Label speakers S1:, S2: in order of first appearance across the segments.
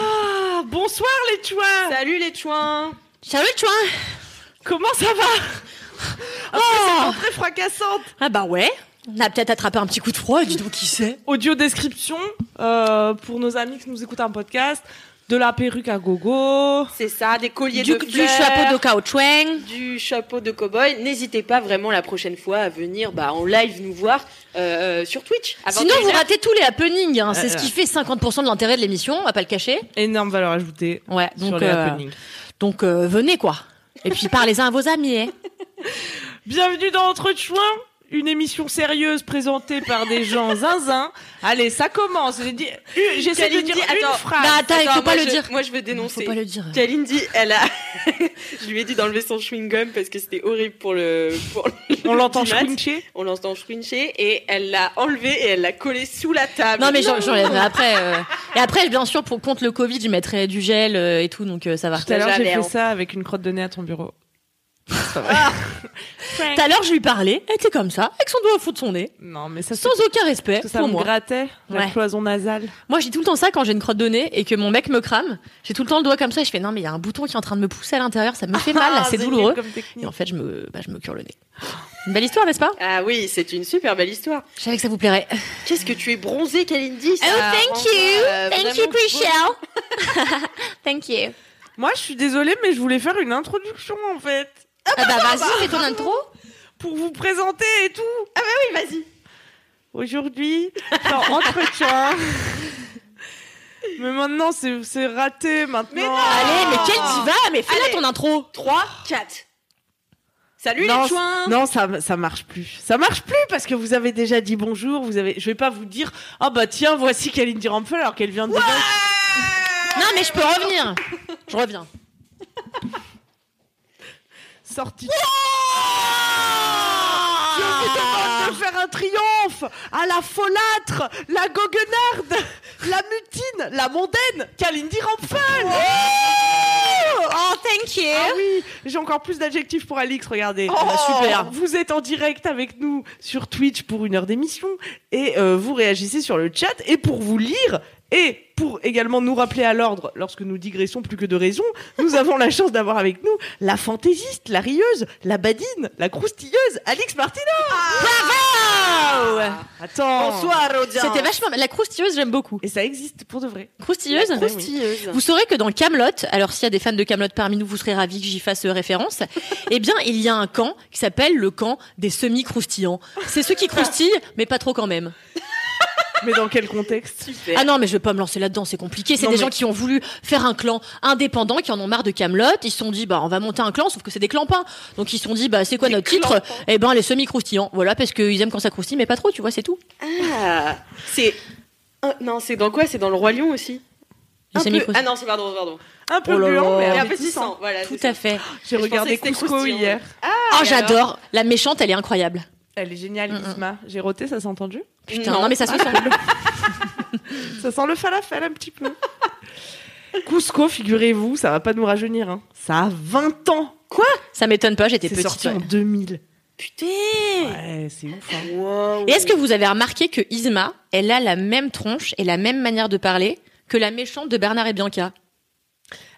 S1: Ah, bonsoir les chouins
S2: Salut les chouins
S3: Salut Chouin
S1: Comment ça va
S3: Oh
S1: Très fracassante
S3: Ah bah ouais, on a peut-être attrapé un petit coup de froid, dis donc qui sait
S1: Audio description euh, pour nos amis qui nous écoutent un podcast. De la perruque à gogo.
S2: C'est ça, des colliers
S3: du,
S2: de
S3: du chapeau de caoutchouc.
S2: du chapeau de cow-boy. N'hésitez pas vraiment la prochaine fois à venir bah, en live nous voir euh, sur Twitch. à
S3: Sinon
S2: 21h.
S3: vous ratez tous les happenings, hein. c'est
S1: Euh,
S3: ce qui fait 50% de l'intérêt de l'émission, on va pas le cacher.
S1: Énorme valeur ajoutée
S3: Ouais, donc,
S1: sur les
S3: euh,
S1: happenings.
S3: donc euh, venez quoi. Et puis parlez-en à vos amis. hein.
S1: Bienvenue dans Entre Chouins, une émission sérieuse présentée par des gens zinzin. Allez, ça commence. J'ai dit- J'essaie de
S2: Kalindi,
S1: dire
S2: attends.
S1: une phrase.
S3: Bah attends, il faut
S2: Attends,
S3: pas
S2: moi,
S3: le
S2: je-
S3: dire.
S2: Moi je veux dénoncer.
S3: Faut pas le dire.
S2: Kalindi, elle a. je lui ai dit d'enlever son chewing-gum parce que c'était horrible pour le. Pour le-
S1: On l'entend
S2: dimanche.
S1: scruncher.
S2: On l'entend chewincher et elle l'a enlevé et elle l'a collé sous la table.
S3: Non mais j'en- j'enlèverai après. euh. Et après bien sûr pour contre le Covid, je mettrai du gel euh, et tout donc euh, ça va.
S1: Tout à l'heure, j'ai
S2: J'avais
S1: fait
S2: honte.
S1: ça avec une crotte de nez à ton bureau. Ah.
S3: Tout à l'heure je lui parlais, elle était comme ça, avec son doigt au fond de son nez,
S1: Non, mais ça, c'est
S3: sans aucun respect
S1: parce que ça
S3: pour
S1: me
S3: moi.
S1: grattait la
S3: Ouais.
S1: cloison nasale.
S3: Moi, j'ai tout le temps ça quand j'ai une crotte de nez et que mon mec me crame. J'ai tout le temps le doigt comme ça. Et je fais non, mais il y a un bouton qui est en train de me pousser à l'intérieur. Ça me fait mal, Ah, là, c'est
S1: nul
S3: douloureux.
S1: Ah, comme
S3: Et
S1: technique.
S3: en fait, je me, bah, je me cure le nez. Une belle histoire, n'est-ce pas
S2: Ah oui, c'est une super belle histoire.
S3: Je savais que ça vous plairait.
S2: Qu'est-ce que tu es bronzée,
S3: Oh,
S2: Kalindi ça rend, euh, vraiment beau.
S3: thank you.
S1: Moi, je suis désolée, mais je voulais faire une introduction en fait.
S3: Ah bah vas-y, fais ton intro.
S1: Pour vous présenter et tout.
S2: Oui, vas-y.
S1: Aujourd'hui, dans entretien. mais maintenant, c'est c'est raté maintenant.
S2: Mais non
S3: Allez, mais quelle diva Mais fais-la
S2: Allez.
S3: ton intro.
S2: 3, 4. Salut
S1: non,
S2: les chouins
S1: non, ça ça marche plus. Ça marche plus parce que vous avez déjà dit bonjour. Vous avez, je vais pas vous dire. Ah bah tiens, voici Kalindi Rampel alors qu'elle vient de.
S3: Non, mais je peux revenir. Je reviens.
S1: sortie. Je vous demande de faire un triomphe à la folâtre, la goguenarde, la mutine, la mondaine, Kalindi Rampfel
S3: Oh, thank you.
S1: Ah oui, j'ai encore plus d'adjectifs pour Alix, regardez.
S3: Oh, bah, super.
S1: Vous êtes en direct avec nous sur Twitch pour une heure d'émission et euh, vous réagissez sur le chat et pour vous lire et pour également nous rappeler à l'ordre lorsque nous digressons plus que de raison, nous avons la chance d'avoir avec nous la fantaisiste, la rieuse, la badine, la croustilleuse, Alix Martino
S3: Bravo.
S1: Attends
S2: Bah. Bonsoir audience
S3: C'était vachement. La croustilleuse, j'aime beaucoup.
S1: Et ça existe pour de vrai.
S3: Croustilleuse
S2: croustilleuse.
S3: Vous saurez que dans Camelot, alors s'il y a des fans de Camelot parmi nous, vous serez ravis que j'y fasse euh, référence. Eh bien, il y a un camp qui s'appelle le camp des semi-croustillants. C'est ceux qui croustillent, mais pas trop quand même.
S1: Mais dans quel contexte
S2: Super.
S3: Ah non, mais je vais pas me lancer là-dedans, c'est compliqué. C'est
S1: Non,
S3: des
S1: mais-
S3: gens qui ont voulu faire un clan indépendant, qui en ont marre de Camelot. Ils se sont dit, bah on va monter un clan, sauf que c'est des clampins. Donc ils se sont dit, bah c'est quoi
S2: Des
S3: notre titre
S2: clampins.
S3: Eh ben les semi-croustillants. Voilà, parce qu'ils aiment quand ça croustille, mais pas trop, tu vois, c'est tout.
S2: Ah, c'est... Ah, non, c'est dans quoi C'est dans le Roi Lion aussi
S3: Les
S2: Un peu-
S3: semi-croustillants.
S2: Ah non, c'est pardon, pardon.
S1: Un peu
S3: Oh là
S1: gluant,
S3: là.
S1: mais
S2: Et
S3: Ah,
S2: un
S1: appétissant.
S2: petit sang, voilà.
S3: Tout
S2: c'est
S3: à
S2: ça.
S3: fait.
S1: J'ai
S2: Je pensais
S1: regardé
S2: que c'était
S1: Cusco
S2: croustillant.
S1: hier.
S3: Oh,
S2: et
S3: j'adore. La méchante, elle est incroyable.
S1: Elle est géniale,
S3: Mm-mm.
S1: Isma. J'ai roté, ça s'est entendu
S3: Putain,
S2: Non.
S3: non, mais ça se fait sans-
S1: Ça sent le falafel un petit peu. Cusco, figurez-vous, ça va pas nous rajeunir. hein. Ça a 20 ans.
S3: Ça m'étonne pas, j'étais
S1: C'est
S3: petite.
S1: sorti
S3: ouais.
S1: en 2000.
S2: Putain
S1: Ouais, c'est ouf. hein.
S2: Wow.
S3: Et est-ce que vous avez remarqué que Isma, elle a la même tronche et la même manière de parler que la méchante de Bernard et Bianca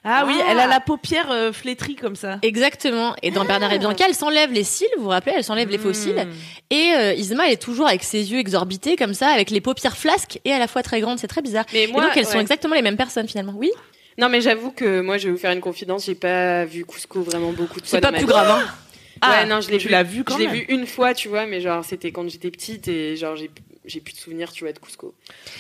S1: Ah oui,
S2: Ah.
S1: elle a la paupière euh, flétrie comme ça.
S3: Exactement. Et dans Bernard et Bianca, elle s'enlève les cils, vous vous rappelez, elle s'enlève les faux cils.
S1: Mm.
S3: Et euh, Isma, elle est toujours avec ses yeux exorbités comme ça, avec les paupières flasques et à la fois très grandes, c'est très bizarre.
S2: Mais
S3: Et
S2: moi,
S3: donc elles sont
S2: ouais.
S3: exactement les mêmes personnes finalement, oui
S2: Non, mais j'avoue que moi, je vais vous faire une confidence. J'ai pas vu Cusco vraiment beaucoup de fois.
S3: C'est pas
S2: dans ma
S3: plus
S2: vie.
S3: grave, hein
S1: Ah,
S2: ouais, non, je l'ai
S1: tu
S2: vu.
S1: l'as vu quand
S2: Je l'ai
S1: même.
S2: vu une fois, tu vois, mais genre, c'était quand j'étais petite et genre, j'ai j'ai plus de souvenirs, tu vois, de Cusco.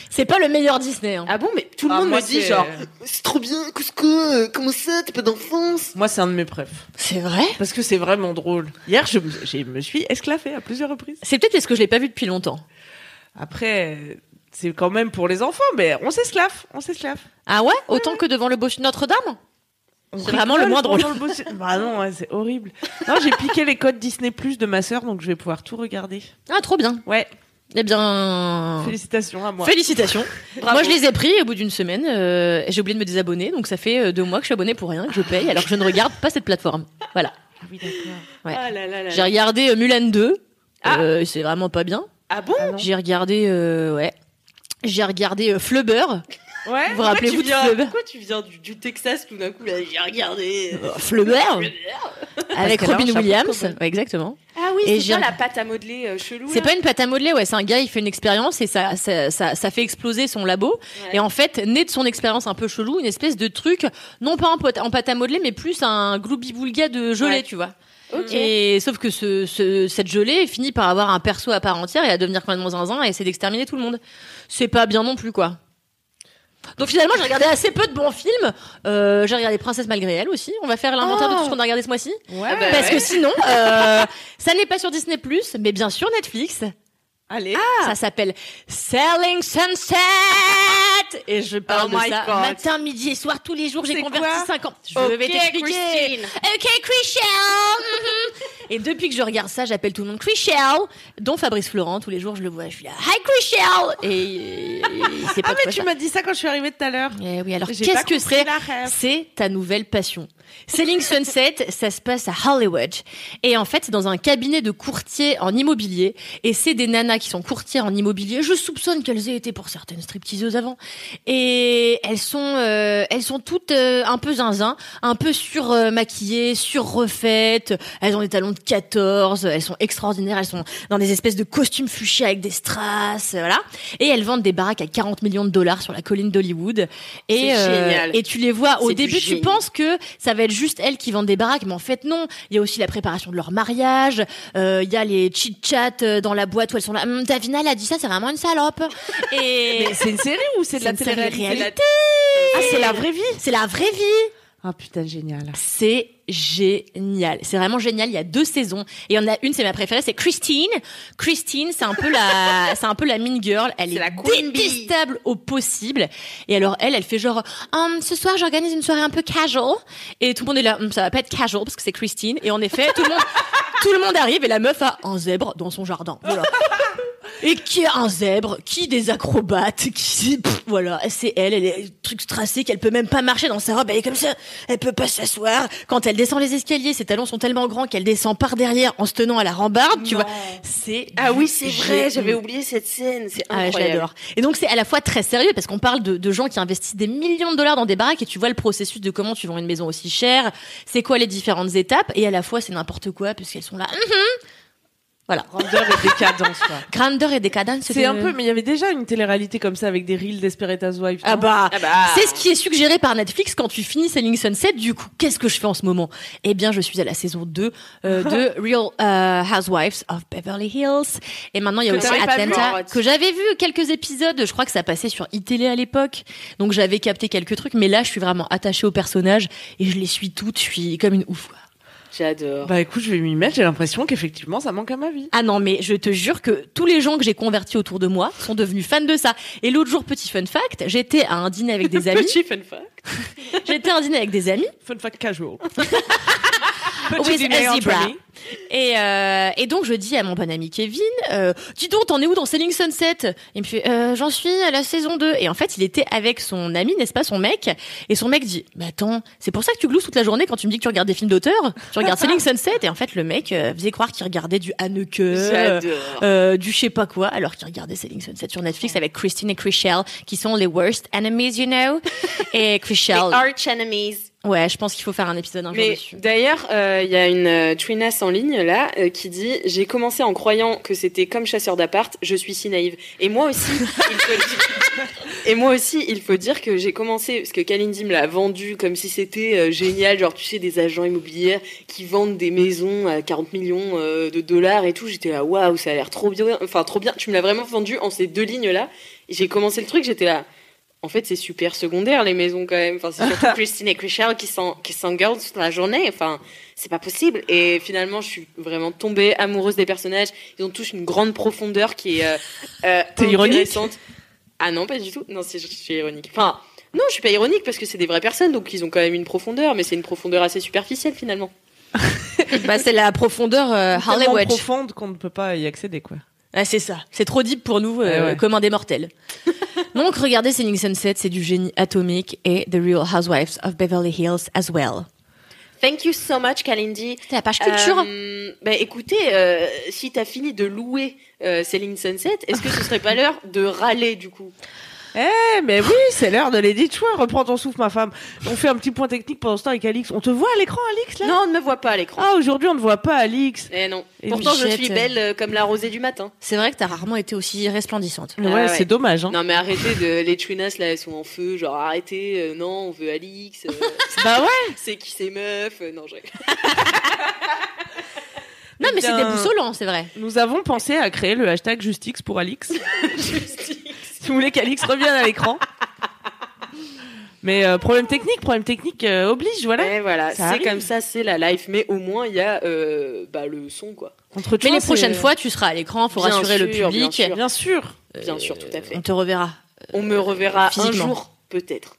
S3: C'est pas le meilleur Disney. hein.
S2: Ah bon, mais tout le
S1: Ah,
S2: monde
S1: moi,
S2: me dit
S1: c'est-
S2: genre, c'est trop bien, Cusco, euh, comment ça, t'es pas d'enfance
S1: Moi, c'est un de mes prefs.
S3: C'est vrai
S1: Parce que c'est vraiment drôle. Hier, je, me- j'ai- me suis esclaffée à plusieurs reprises.
S3: C'est peut-être parce que je l'ai pas vu depuis longtemps.
S1: Après, c'est quand même pour les enfants, mais on s'esclave, on s'esclave.
S3: Ah ouais Autant que devant le beau Notre-Dame
S1: On
S3: C'est vraiment le
S1: rigole
S3: moins drôle.
S1: pendant le bossu- bah non, ouais, c'est horrible. Non, j'ai piqué les codes Disney Plus de ma sœur, donc je vais pouvoir tout regarder. Oh.
S3: Ah, trop bien.
S1: Ouais,
S3: Eh bien.
S1: félicitations à moi.
S3: Félicitations.
S2: Bravo.
S3: Moi, je les ai pris et au bout d'une semaine. euh, j'ai oublié de me désabonner, donc ça fait euh, deux mois que je suis abonnée pour rien, que je paye, alors que je ne regarde pas cette plateforme. Voilà.
S1: Ah oui, d'accord.
S3: Ouais.
S2: Ah là là là
S3: J'ai
S2: là.
S3: regardé euh, Mulan 2.
S2: Ah.
S3: Euh, c'est vraiment pas bien.
S2: Ah bon
S1: Ah non.
S3: J'ai regardé. euh, ouais. J'ai regardé euh, Flubber.
S1: Ouais.
S3: Vous vous
S2: Pourquoi tu
S3: rappelez-vous de
S2: viens-
S3: Flubber
S2: Pourquoi tu viens du, du Texas tout d'un coup là J'ai regardé.
S3: Euh, Flubber Avec
S1: qu'elle a un
S3: Robin
S1: chapeau
S3: Williams.
S1: cowboy.
S3: Ouais, exactement.
S2: Ah oui,
S3: Et
S2: c'est
S3: j'ai-
S2: bien la pâte à modeler euh, chelou.
S3: C'est
S2: là.
S3: pas une pâte à modeler, ouais. C'est un gars, il fait une expérience et ça, ça, ça, ça fait exploser son labo.
S2: Ouais.
S3: Et en fait, né de son expérience un peu chelou, une espèce de truc, non pas en, pot- en pâte à modeler, mais plus un gloubi-boulga de gelée,
S2: Ouais.
S3: tu vois.
S2: Ok.
S3: Et sauf que ce, ce- cette gelée finit par avoir un perso à part entière et à devenir complètement zinzin et essayer d'exterminer tout le monde. C'est pas bien non plus, quoi. Donc finalement, j'ai regardé assez peu de bons films. Euh, j'ai regardé Princesse malgré elle aussi. On va faire l'inventaire de tout ce qu'on a regardé ce mois-ci.
S1: Ouais.
S2: Ah bah
S3: Parce
S2: ouais.
S3: que sinon, euh, ça n'est pas sur Disney+, mais bien sûr Netflix.
S1: Allez.
S2: Ah.
S3: Ça s'appelle Selling Sunset et je parle
S2: Oh
S3: de
S2: my
S3: ça
S2: God.
S3: matin, midi et soir tous les jours. J'ai
S1: C'est
S3: converti
S1: quoi
S3: 5 ans. Je
S2: Ok,
S3: vais t'expliquer.
S2: Christine.
S3: Ok Chrishell. Mhm. et depuis que je regarde ça, j'appelle tout le monde Chrishell, dont Fabrice Florent. Tous les jours, je le vois. Je suis là, Hi Chrishell. Et il sait
S1: Ah
S3: pas de
S1: mais
S3: quoi
S1: tu
S3: ça.
S1: m'as dit ça quand je suis arrivée tout à l'heure.
S3: Eh oui, alors
S1: J'ai
S3: qu'est-ce
S1: pas
S3: que
S1: compris
S3: c'est
S1: la ref.
S3: C'est ta nouvelle passion. Selling Sunset, ça se passe à Hollywood. Et en fait, c'est dans un cabinet de courtiers en immobilier. Et c'est des nanas qui sont courtières en immobilier. Je soupçonne qu'elles aient été pour certaines stripteaseuses avant. Et elles sont, euh, elles sont toutes euh, un peu zinzin, un peu sur euh, maquillées, sur refaites. Elles ont des talons de 14. Elles sont extraordinaires. Elles sont dans des espèces de costumes fuchsia avec des strass. euh, Voilà. Et elles vendent des baraques à 40 millions de dollars sur la colline d'Hollywood. Et, euh,
S2: C'est génial.
S3: et tu les vois au
S2: C'est du
S3: début, tu
S2: génie.
S3: penses que ça va être juste elles qui vendent des baraques, mais en fait non. Il y a aussi la préparation de leur mariage. euh, Il y a les chit chats euh, dans la boîte où elles sont là. Hum, Davina, elle a dit ça, c'est vraiment une salope. Et
S1: Mais c'est une série ou c'est de la
S3: C'est une série
S1: télé-réalité
S3: réalité.
S1: Ah c'est la vraie vie.
S3: c'est la vraie vie.
S1: Ah putain génial.
S3: C'est génial. C'est vraiment génial. Il y a deux saisons. Et il y en a une, c'est ma préférée, c'est Christine. Christine, c'est un peu la, c'est un peu la mean girl. Elle est,
S2: C'est la queen bee.
S3: détestable au possible. Et alors, elle, elle fait genre, Hum, ce soir, j'organise une soirée un peu casual. Et tout le monde est là, Hum, ça va pas être casual parce que c'est Christine. Et en effet, tout le monde, tout le monde arrive et la meuf a un zèbre dans son jardin. Voilà. Et qui a un zèbre, qui des acrobates, qui pff, voilà, c'est elle, elle est truc tracé qu'elle peut même pas marcher dans sa robe, elle est comme ça, elle peut pas s'asseoir. Quand elle descend les escaliers, ses talons sont tellement grands qu'elle descend par derrière en se tenant à la rambarde, tu vois. C'est
S2: Ah
S3: du
S2: oui, c'est vrai,
S3: génie.
S2: j'avais oublié cette scène, c'est
S3: Ah, je
S2: incroyable.
S3: l'adore. Et donc c'est à la fois très sérieux parce qu'on parle de, de gens qui investissent des millions de dollars dans des baraques et tu vois le processus de comment tu vends une maison aussi chère, c'est quoi les différentes étapes et à la fois c'est n'importe quoi puisqu'elles sont là. Mhm. Voilà.
S1: Grandeur et décadence quoi.
S3: Grandeur et décadence. euh,
S1: C'est un peu mais il y avait déjà une télé-réalité comme ça avec des reels d'Esperate Housewives.
S3: Ah
S1: non
S3: bah,
S2: Ah bah.
S3: c'est ce qui est suggéré par Netflix quand tu finis Selling Sunset. Du coup, qu'est-ce que je fais en ce moment Eh bien, je suis à la saison 2 euh, de Real euh, Housewives of Beverly Hills. Et maintenant, il y a
S2: Que
S3: aussi
S2: t'avais pas vu,
S3: Atlanta,
S2: Laurent.
S3: que j'avais vu quelques épisodes. Je crois que ça passait sur iTélé à l'époque. Donc, j'avais capté quelques trucs. Mais là, je suis vraiment attachée aux personnages et je les suis toutes. Je suis comme une ouf. quoi.
S2: Ah J'adore.
S1: Bah écoute, je vais m'y mettre, j'ai l'impression qu'effectivement ça manque à ma vie.
S3: Ah non, mais je te jure que tous les gens que j'ai convertis autour de moi sont devenus fans de ça. Et l'autre jour, petit fun fact, j'étais à un dîner avec des amis.
S2: Petit fun fact.
S3: j'étais à un dîner avec des amis.
S1: Fun fact casual.
S3: With
S1: Petit
S3: a
S1: dîner entre
S3: zebra.
S1: amis.
S3: Et, euh, et donc je dis à mon bon ami Kevin, euh, dis donc t'en es où dans Selling Sunset Il me fait, euh, j'en suis à la saison 2. Et en fait il était avec son ami, n'est-ce pas, son mec. Et son mec dit, mais attends, c'est pour ça que tu glousses toute la journée quand tu me dis que tu regardes des films d'auteur Tu regardes Selling Sunset Et en fait le mec euh, faisait croire qu'il regardait du Haneke, euh,
S2: J'adore.
S3: euh, du je sais pas quoi, alors qu'il regardait Selling Sunset sur Netflix avec Christine et Chrishell, qui sont les worst enemies, you know. et Chrishell,
S2: Arch Enemies.
S3: ouais, je pense qu'il faut faire un épisode un jour
S2: Mais
S3: dessus.
S2: d'ailleurs, euh, il y a une euh, Twinas en ligne là euh, qui dit J'ai commencé en croyant que c'était comme chasseur d'appart, je suis si naïve. Et moi aussi, il faut dire- Et moi aussi, il faut dire que j'ai commencé, parce que Kalindi me l'a vendu comme si c'était euh, génial, genre tu sais, des agents immobiliers qui vendent des maisons à 40 millions euh, de dollars et tout. J'étais là, waouh, ça a l'air trop bien, enfin trop bien. Tu me l'as vraiment vendu en ces deux lignes là. Et j'ai commencé le truc, j'étais là. En fait, c'est super secondaire les maisons quand même. Enfin, c'est surtout Christine et Chrishell qui s'en- qui s'engueulent toute la journée. Enfin, c'est pas possible. Et finalement, je suis vraiment tombée amoureuse des personnages. Ils ont tous une grande profondeur qui est euh, euh,
S1: T'es ironique
S2: intéressante. Ah non, pas du tout. Non, c'est- je suis ironique. Enfin, non, je suis pas ironique parce que c'est des vraies personnes, donc ils ont quand même une profondeur, mais c'est une profondeur assez superficielle finalement.
S3: bah, c'est la profondeur euh, Harley
S1: Tellement
S3: Wedge.
S1: profonde qu'on ne peut pas y accéder, quoi.
S3: Ah, c'est ça. C'est trop deep pour nous, euh,
S1: Ouais, ouais.
S3: commun des mortels. Donc, regardez Selling Sunset, c'est du génie atomique et The Real Housewives of Beverly Hills as well.
S2: Thank you so much, Kalindi.
S3: C'est la page culture.
S2: Euh, bah, écoutez, euh, si t'as fini de louer euh, Céline Sunset, est-ce que ce serait pas l'heure de râler du coup
S1: Eh, mais oui, c'est l'heure de Lady Choix. Reprends ton souffle, ma femme. On fait un petit point technique pendant ce temps avec Alix. On te voit à l'écran, Alix, là
S2: Non, on ne me voit pas à l'écran.
S1: Ah, aujourd'hui, on ne voit pas Alix.
S2: Eh non.
S1: Et
S2: Pourtant, je
S3: Bichette.
S2: suis belle euh, comme la rosée du matin.
S3: C'est vrai que t'as rarement été aussi resplendissante.
S1: Ouais,
S2: ouais.
S1: c'est dommage. Hein.
S2: Non, mais arrêtez de. Les Twinas là, elles sont en feu. Genre, arrêtez. euh, non, on veut Alix. euh,
S1: Bah ouais.
S2: c'est qui ces meufs euh, Non, je
S3: Non, mais
S1: Bien.
S3: c'est déboussolant, c'est vrai.
S1: Nous avons pensé à créer le hashtag Justix pour Alix.
S2: Justix.
S1: si vous voulez qu'Alix revienne à l'écran. Mais euh, problème technique, problème technique euh, oblige, voilà.
S2: Et Eh, voilà,
S1: Ça
S2: c'est
S1: arrive.
S2: comme ça, c'est la life, mais au moins il y a euh, bah, le son quoi.
S1: Entre
S3: Mais
S1: toi,
S3: les
S1: c'est-
S3: prochaines fois, tu seras à l'écran, faut
S2: Bien
S3: rassurer le
S2: sûr,
S3: public.
S2: bien sûr.
S1: Bien sûr.
S2: Bien sûr, tout à fait.
S3: On te reverra.
S2: On me reverra un
S3: Euh, Physiquement.
S2: jour, peut-être,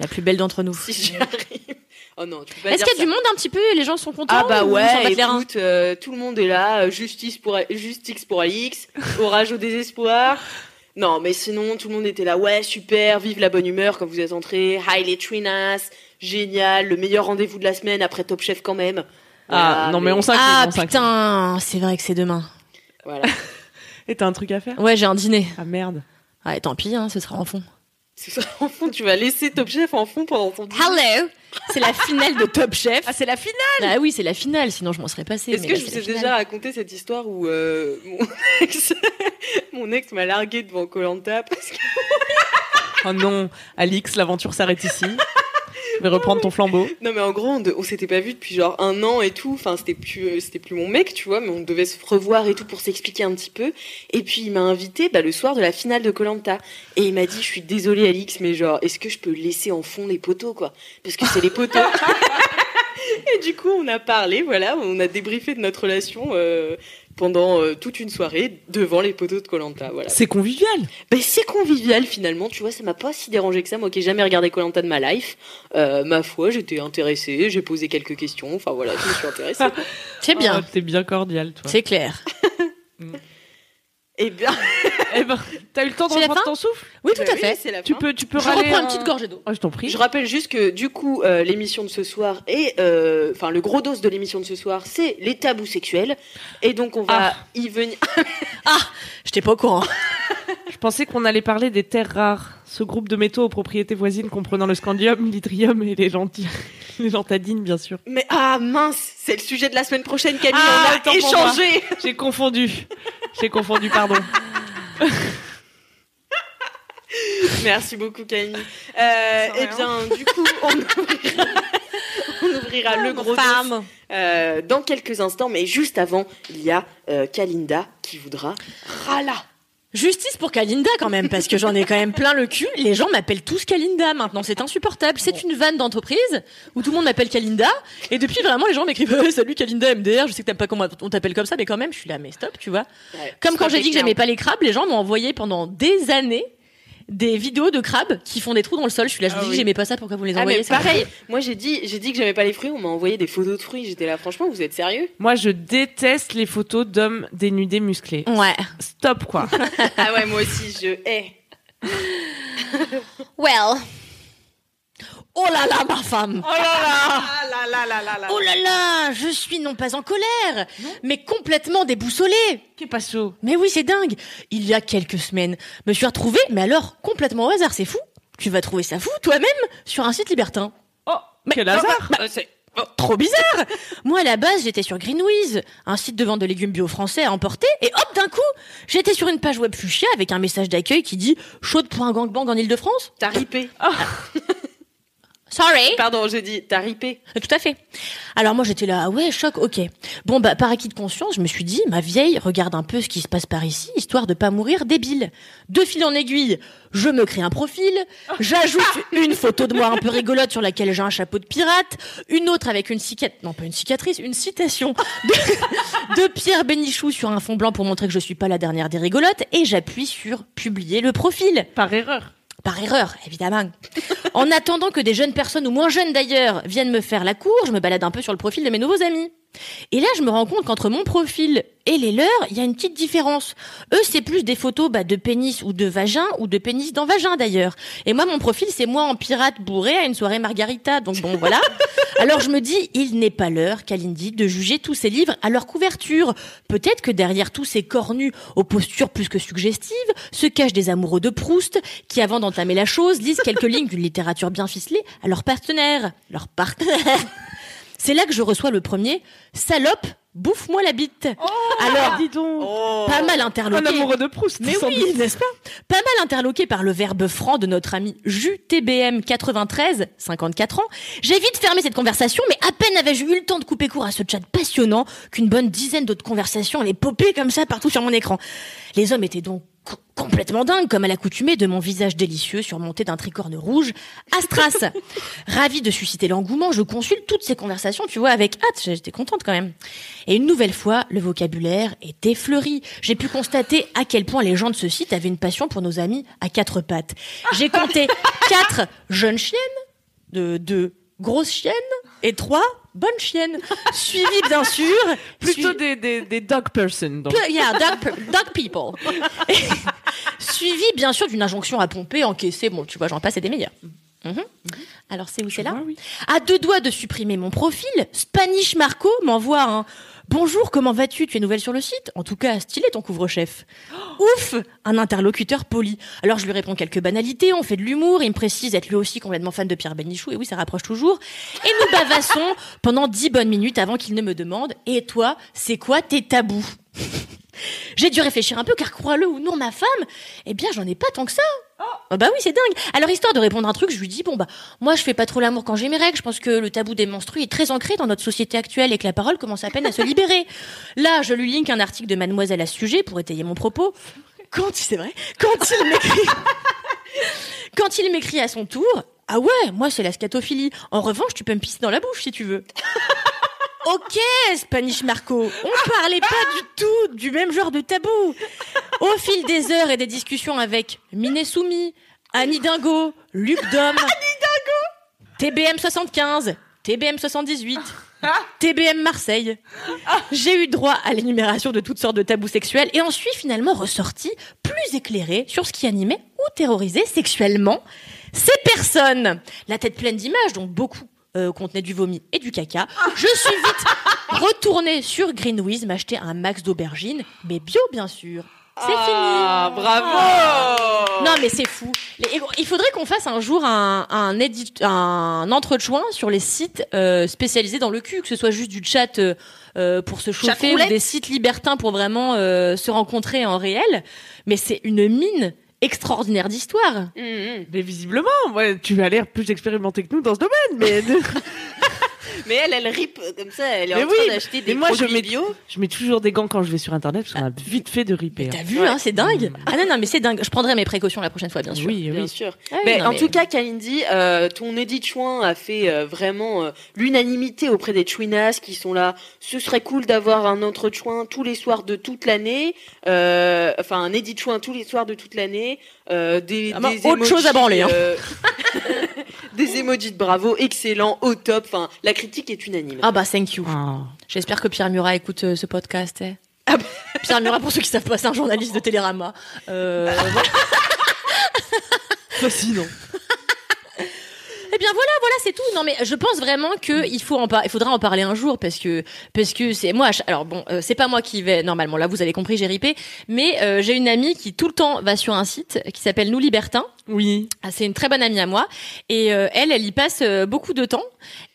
S3: La plus belle d'entre nous.
S2: si j'y arrive. Oh non, tu peux pas
S3: Est-ce
S2: dire
S3: qu'il y
S2: ça.
S3: a du monde un petit peu et les gens sont contents
S2: Ah bah
S3: ou ils s'en
S2: ouais,
S3: battent les reins
S2: écoute, euh, tout le monde est là, euh, justice pour justice pour Alix, orage au désespoir. Non, mais sinon tout le monde était là, ouais, super, vive la bonne humeur quand vous êtes entrés, hi les Trinas, génial, le meilleur rendez-vous de la semaine après Top Chef quand même.
S1: Ah, non, mais on s'incline.
S3: Ah
S1: on s'incline.
S3: putain, c'est vrai que c'est demain.
S2: Voilà.
S1: Et t'as un truc à faire
S3: Ouais, j'ai un dîner.
S1: Ah merde.
S3: Ouais, tant pis, hein, ce sera en fond.
S2: C'est ça, en fond, tu vas laisser Top Chef en fond pendant ton dîner.
S3: Hello C'est la finale de Top Chef.
S1: Ah, c'est la finale
S3: Ah oui, c'est la finale, sinon je m'en serais
S1: Ah,
S3: passée.
S2: Est-ce
S3: mais
S2: que
S3: là,
S2: je vous
S3: c'est
S2: ai
S3: la finale.
S2: déjà raconté cette histoire où euh, mon ex, mon ex m'a largué devant Colanta parce que
S1: Oh non, Alix, l'aventure s'arrête ici. Je vais reprendre ton flambeau.
S2: non mais en gros on, de- on s'était pas vu depuis genre un an et tout. Enfin c'était plus euh, c'était plus mon mec tu vois mais on devait se revoir et tout pour s'expliquer un petit peu. Et puis il m'a invité bah, le soir de la finale de Colanta et il m'a dit je suis désolée Alix mais genre est-ce que je peux laisser en fond les poteaux quoi parce que c'est les poteaux. et du coup on a parlé voilà on a débriefé de notre relation. euh, pendant euh, toute une soirée devant les poteaux de Colanta voilà
S1: C'est convivial.
S2: Ben, c'est convivial finalement, tu vois, ça m'a pas si dérangé que ça, moi qui ai jamais regardé Colanta de ma life. Euh, ma foi, j'étais intéressée, j'ai posé quelques questions, enfin voilà, je me suis intéressée.
S3: C'est bien,
S1: Ah, T'es bien cordial, toi.
S3: c'est clair.
S2: Et bien,
S1: Eh ben, t'as eu le temps de
S3: C'est la
S1: reprendre
S3: fin
S1: ton souffle
S3: Oui, tout
S2: Bah
S3: à
S2: oui,
S3: fait.
S2: c'est la
S1: Tu
S2: fin.
S1: peux, tu peux
S3: Je
S1: râler
S3: reprends
S1: un-
S3: une petite gorgée d'eau.
S1: Oh, je t'en prie.
S2: Je rappelle juste que du coup, euh, l'émission de ce soir et euh, enfin le gros dose de l'émission de ce soir, c'est les tabous sexuels, et donc on va y venir.
S3: J'étais pas au courant.
S1: Je pensais qu'on allait parler des terres rares, ce groupe de métaux aux propriétés voisines comprenant le scandium, l'yttrium et les, lentilles, les lentadines, bien sûr.
S2: Mais ah mince, c'est le sujet de la semaine prochaine, Camille,
S1: Ah,
S2: on
S1: autant
S2: a
S1: pour
S2: échangé.
S1: J'ai confondu. J'ai confondu, pardon.
S2: Merci beaucoup Camille. Euh,
S1: Sans
S2: eh
S1: rien.
S2: bien, du coup, on ouvrira, on ouvrira le gros dose
S3: Femme.
S2: Euh, dans quelques instants, mais juste avant, il y a euh, Kalinda qui voudra Rala.
S3: Justice pour Kalinda quand même, parce que j'en ai quand même plein le cul. Les gens m'appellent tous Kalinda maintenant, c'est insupportable. C'est une vanne d'entreprise où tout le monde m'appelle Kalinda. Et depuis, vraiment, les gens m'écrivent Ouais, Salut Kalinda MDR, je sais que t'aimes pas comment on t'appelle comme ça, mais quand même, je suis là, mais stop, tu vois.
S2: euh,
S3: Comme quand j'ai dit que j'aimais pas les crabes, les gens m'ont envoyé pendant des années des vidéos de crabes qui font des trous dans le sol. Je suis là, je vous
S1: Ah
S3: dis
S1: oui.
S3: que j'aimais pas ça, pourquoi vous me les
S2: Ah, mais
S3: envoyez ça me fait
S2: pareil, moi j'ai dit, j'ai dit que j'aimais pas les fruits, on m'a envoyé des photos de fruits, j'étais là, franchement, vous êtes sérieux
S1: Moi, je déteste les photos d'hommes dénudés musclés.
S3: Ouais.
S1: Stop, quoi.
S2: Ah ouais, moi aussi, je hais.
S3: Well. Oh là là, ma femme
S1: Oh là là
S2: Ah.
S3: Oh là là Je suis non pas en colère, mais complètement déboussolée
S1: Qu'est-ce pas chaud
S3: Mais oui, c'est dingue Il y a quelques semaines, me suis retrouvée, mais alors complètement au hasard, c'est fou Tu vas trouver ça fou toi-même sur un site libertin.
S1: Oh, quel
S3: bah,
S1: hasard
S2: Euh, c'est-
S3: Trop bizarre Moi, à la base, j'étais sur Greenwiz, un site de vente de légumes bio français à emporter, et hop, d'un coup, j'étais sur une page web fuchsia avec un message d'accueil qui dit « Chaude pour un gangbang en Ile-de-France
S2: T'as ripé. »
S3: Sorry.
S2: Pardon, j'ai dit, t'as ripé.
S3: Euh, Tout à fait. Alors moi j'étais là, ah ouais, choc, ok. Bon bah par acquis de conscience, je me suis dit, ma vieille, regarde un peu ce qui se passe par ici, histoire de pas mourir débile. De fil en aiguille, je me crée un profil, j'ajoute une photo de moi un peu rigolote sur laquelle j'ai un chapeau de pirate, une autre avec une cicatrice, non pas une cicatrice, une citation de, de Pierre Bénichou sur un fond blanc pour montrer que je suis pas la dernière des rigolotes, et j'appuie sur publier le profil
S1: Par erreur.
S3: par erreur, évidemment. en attendant que des jeunes personnes, ou moins jeunes d'ailleurs, viennent me faire la cour, je me balade un peu sur le profil de mes nouveaux amis. Et là, je me rends compte qu'entre mon profil et les leurs, il y a une petite différence. Eux, c'est plus des photos bah, de pénis ou de vagin, ou de pénis dans vagin d'ailleurs. Et moi, mon profil, c'est moi en pirate bourré à une soirée margarita. Donc bon, voilà. Alors je me dis, il n'est pas l'heure, Kalindi, de juger tous ces livres à leur couverture. Peut-être que derrière tous ces cornus aux postures plus que suggestives, se cachent des amoureux de Proust qui, avant d'entamer la chose, lisent quelques lignes d'une littérature bien ficelée à leur partenaire. Leur partenaire. C'est là que je reçois le premier salope, bouffe-moi la bite. Alors,
S1: Oh dis donc.
S3: pas mal
S1: Un
S3: interloqué.
S1: amoureux de Proust.
S3: Mais
S1: sans
S3: oui,
S1: doute.
S3: n'est-ce pas Pas mal interloqué par le verbe franc de notre ami JUTBM93, 54 ans, j'ai vite fermé cette conversation, mais à peine avais-je eu le temps de couper court à ce chat passionnant qu'une bonne dizaine d'autres conversations allaient popper comme ça partout sur mon écran. Les hommes étaient donc co- complètement dingues, comme à l'accoutumée de mon visage délicieux surmonté d'un tricorne rouge, Astras. Ravi de susciter l'engouement, je consulte toutes ces conversations, tu vois, avec hâte, j'étais contente quand même. Et une nouvelle fois, le vocabulaire était fleuri. J'ai pu constater à quel point les gens de ce site avaient une passion pour nos amis à quatre pattes. J'ai compté quatre jeunes chiennes, de deux grosses chiennes et trois bonnes chiennes, suivies bien sûr,
S1: Plutôt des, des, des dog person. donc.
S3: peu- yeah, dog, pe- dog people. Et Suivi, bien sûr, d'une injonction à pomper, encaisser. Bon, tu vois, j'en passe et des meilleurs. Mhm. Alors, c'est où c'est là
S1: vois, oui.
S3: À deux doigts de supprimer mon profil, Spanish Marco m'envoie un Bonjour, comment vas-tu Tu es nouvelle sur le site En tout cas, stylé ton couvre-chef. Ouf Un interlocuteur poli. Alors, je lui réponds quelques banalités, on fait de l'humour, il me précise être lui aussi complètement fan de Pierre Benichou, et oui, ça rapproche toujours. Et nous bavassons pendant dix bonnes minutes avant qu'il ne me demande Et toi, c'est quoi tes tabous j'ai dû réfléchir un peu, car crois-le ou non, ma femme, eh bien, j'en ai pas tant que ça. Ah bah oui, c'est dingue. Alors, histoire de répondre à un truc, je lui dis, bon bah, moi, je fais pas trop l'amour quand j'ai mes règles. Je pense que le tabou des menstrues est très ancré dans notre société actuelle et que la parole commence à peine à se libérer. Là, je lui link un article de Mademoiselle à ce sujet pour étayer mon propos. Quand, c'est vrai, quand il m'écrit, quand il m'écrit à son tour, ah ouais, moi, c'est la scatophilie. En revanche, tu peux me pisser dans la bouche si tu veux. Ok, Spanish Marco, on parlait pas du tout du même genre de tabou. Au fil des heures et des discussions avec Minet Soumi, Annie Dingo, Luc Dom, TBM 75, TBM 78,
S2: Ah.
S3: TBM Marseille, j'ai eu droit à l'énumération de toutes sortes de tabous sexuels et en suis finalement ressorti plus éclairé sur ce qui animait ou terrorisait sexuellement ces personnes. La tête pleine d'images, donc beaucoup euh, contenaient du vomi et du caca. Je suis vite retournée sur Greenwiz m'acheter un max d'aubergines, mais bio bien sûr. C'est
S2: Ah,
S3: fini.
S2: bravo
S3: Non mais c'est fou. Les- Il faudrait qu'on fasse un jour un un, édit- un entrejoint sur les sites euh, spécialisés dans le cul, que ce soit juste du chat euh, euh, pour se chauffer ou
S2: roulette.
S3: des sites libertins pour vraiment euh, se rencontrer en réel. Mais c'est une mine extraordinaire d'histoire.
S2: Mhm.
S1: Mais visiblement, ouais, tu as l'air plus expérimenté que nous dans ce domaine. Mais
S2: Mais elle, elle rip euh, comme ça, elle est
S1: Mais
S2: en
S1: oui,
S2: train
S1: mais-
S2: d'acheter
S1: mais
S2: des
S1: moi, je
S2: produits
S1: mets-
S2: bio.
S1: je mets toujours des gants quand je vais sur Internet parce qu'on a vite fait de ripper.
S3: T'as
S1: hein.
S3: vu, hein, c'est dingue. Ah non, non, mais c'est dingue. Je prendrai mes précautions la prochaine fois, bien sûr.
S1: Oui,
S2: Bien
S1: oui.
S2: sûr.
S3: Ah oui,
S2: Mais
S3: non,
S2: Ben, en
S3: mais-
S2: tout cas, Kalindi, euh, ton Edith Chouin a fait euh, vraiment euh, l'unanimité auprès des Chouinas qui sont là. Ce serait cool d'avoir un autre Chouin tous les soirs de toute l'année. Euh, enfin, un Edith Chouin tous les soirs de toute l'année. Euh, des,
S3: Ah ben,
S2: des
S3: autre chose à branler, hein.
S2: euh, des emojis de bravo, excellent, au top. Enfin, la critique est unanime.
S3: Ah bah thank you.
S1: Ah.
S3: J'espère que Pierre Murat écoute euh, ce podcast. eh. Pierre Murat, pour ceux qui savent pas, c'est un journaliste de Télérama. Euh, voilà.
S1: Fascinant.
S3: Eh bien voilà, voilà, c'est tout. Non mais je pense vraiment
S1: Mm.
S3: que il faut en par- il faudra en parler un jour parce que parce que c'est moi. à chaque- Alors bon, euh, c'est pas moi qui vais normalement. Là, vous avez compris, j'ai ripé. Mais euh, j'ai une amie qui tout le temps va sur un site qui s'appelle Nous Libertins.
S1: Oui.
S3: Ah, c'est une très bonne amie à moi et euh, elle, elle y passe euh, beaucoup de temps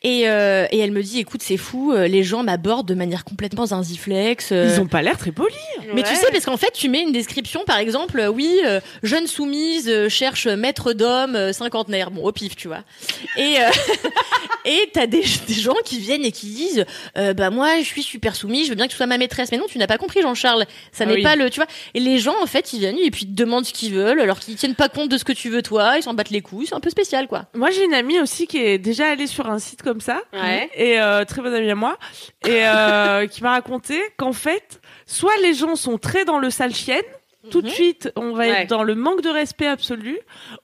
S3: et, euh, et elle me dit, écoute, c'est fou, euh, les gens m'abordent de manière complètement zinziflex. euh,
S1: Ils ont pas l'air très polis.
S3: Mais tu
S2: Ouais.
S3: sais, parce qu'en fait, tu mets une description, par exemple, euh, oui, euh, jeune soumise euh, cherche maître d'homme euh, cinquantenaire. Bon, au pif, tu vois. Et euh, et t'as des, des gens qui viennent et qui disent euh, bah moi je suis super soumis, je veux bien que tu sois ma maîtresse. Mais non, tu n'as pas compris Jean-Charles. Ça
S1: Ah
S3: n'est
S1: oui.
S3: pas le tu vois. Et les gens en fait ils viennent et puis ils te demandent ce qu'ils veulent alors qu'ils tiennent pas compte de ce que tu veux toi. Ils s'en battent les couilles. C'est un peu spécial quoi.
S1: Moi, j'ai une amie aussi qui est déjà allée sur un site comme ça.
S2: Ouais.
S1: Et euh, très bonne amie à moi. Et euh, qui m'a raconté qu'en fait, soit les gens sont très dans le sale chienne. Tout de
S3: Mhm.
S1: suite, on va
S2: Ouais.
S1: être dans le manque de respect absolu,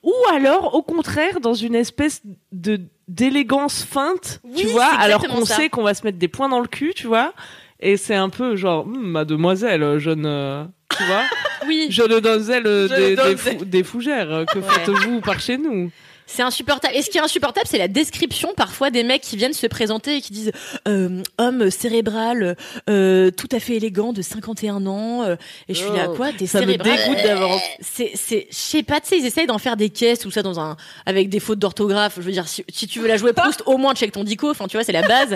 S1: ou alors, au contraire, dans une espèce de d'élégance feinte,
S3: Oui,
S1: tu vois,
S3: c'est
S1: alors
S3: exactement
S1: qu'on
S3: ça.
S1: sait qu'on va se mettre des points dans le cul, tu vois, et c'est un peu genre, Hum, mademoiselle, jeune, euh, tu vois,
S3: Oui.
S1: jeune donzelle euh,
S2: Jeune
S1: des, des
S2: donzelle.
S1: fou- des fougères, euh, que
S3: Ouais.
S1: faites-vous par chez nous
S3: C'est insupportable. Et ce qui est insupportable, c'est la description parfois des mecs qui viennent se présenter et qui disent euh, homme cérébral, euh, tout à fait élégant, de 51 ans. euh. et je suis là,
S1: Oh,
S3: quoi T'es
S1: Ça me
S3: cérébral
S1: dégoûte d'avance.
S3: C'est, c'est, je sais pas, tu sais, ils essayent d'en faire des caisses ou ça dans un, avec des fautes d'orthographe. Je veux dire, si, si tu veux la jouer Proust, au moins check ton dico. Enfin, tu vois, c'est la base.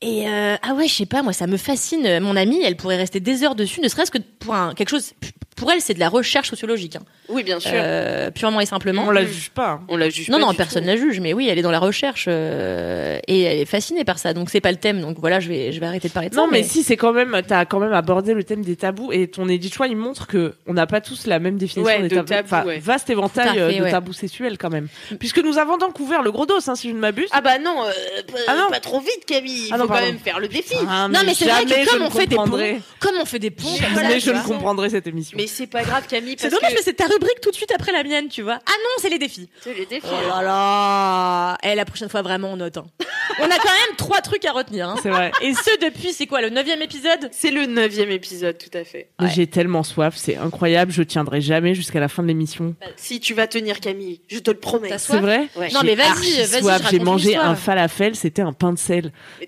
S3: Et euh, ah ouais, je sais pas, moi ça me fascine. Euh, Mon amie, elle pourrait rester des heures dessus, ne serait-ce que pour un, quelque chose. Pour elle, c'est de la recherche sociologique, hein.
S2: Oui, bien sûr.
S3: Euh, purement et simplement.
S1: On la juge pas. hein.
S2: On la juge
S3: Non,
S2: pas
S3: non,
S2: du
S3: personne
S2: tout.
S3: la juge, mais oui, elle est dans la recherche euh, et elle est fascinée par ça. Donc c'est pas le thème, donc voilà, je vais, je vais arrêter de parler de
S1: Non,
S3: ça.
S1: mais, si, c'est quand même, t'as quand même abordé le thème des tabous et ton édit choix, il montre que on n'a pas tous la même définition
S2: Ouais,
S1: des
S2: de
S1: tabous.
S2: tabous,
S1: Enfin,
S2: ouais.
S1: vaste
S3: Tout à
S1: éventail
S3: fait,
S1: euh, de
S3: ouais.
S1: tabous sexuels quand même. Puisque nous avons donc couvert le gros dos, hein, si je ne m'abuse.
S2: Ah bah non, euh, pas,
S1: Ah non.
S2: pas trop vite Camille, il
S1: Ah non,
S2: faut quand
S1: pardon.
S2: même faire le défi.
S1: Ah,
S3: Non, mais c'est vrai que
S1: jamais
S3: comme
S1: je
S3: on
S1: ne
S3: fait des ponts,
S1: comprendrai-
S3: Comme on fait des ponts,
S2: Jamais
S3: comme ça,
S1: Jamais
S3: tu
S1: je ne
S3: vois.
S1: comprendrai cette émission.
S2: Mais c'est pas grave Camille
S3: C'est
S2: parce
S3: dommage,
S2: que
S3: mais c'est ta rubrique tout de suite après la mienne, tu vois. Ah non, c'est les défis.
S2: C'est le défi.
S3: Oh là là Eh, la prochaine fois, vraiment, on note. hein. on a quand même trois trucs à retenir. hein.
S1: C'est vrai.
S3: Et ce, depuis, c'est quoi, le neuvième épisode
S2: C'est le neuvième épisode, tout à fait.
S3: Ouais.
S1: J'ai tellement soif, c'est incroyable, je tiendrai jamais jusqu'à la fin de l'émission.
S2: Si tu vas tenir Camille, je te le promets.
S3: Bah, T'as soif
S1: C'est vrai
S2: Ouais.
S3: Non,
S1: J'ai
S3: mais vas-y,
S1: archi
S3: vas-y, je
S1: soif.
S3: raconte
S1: J'ai mangé
S3: l'histoire.
S1: un falafel, c'était un pain de sel.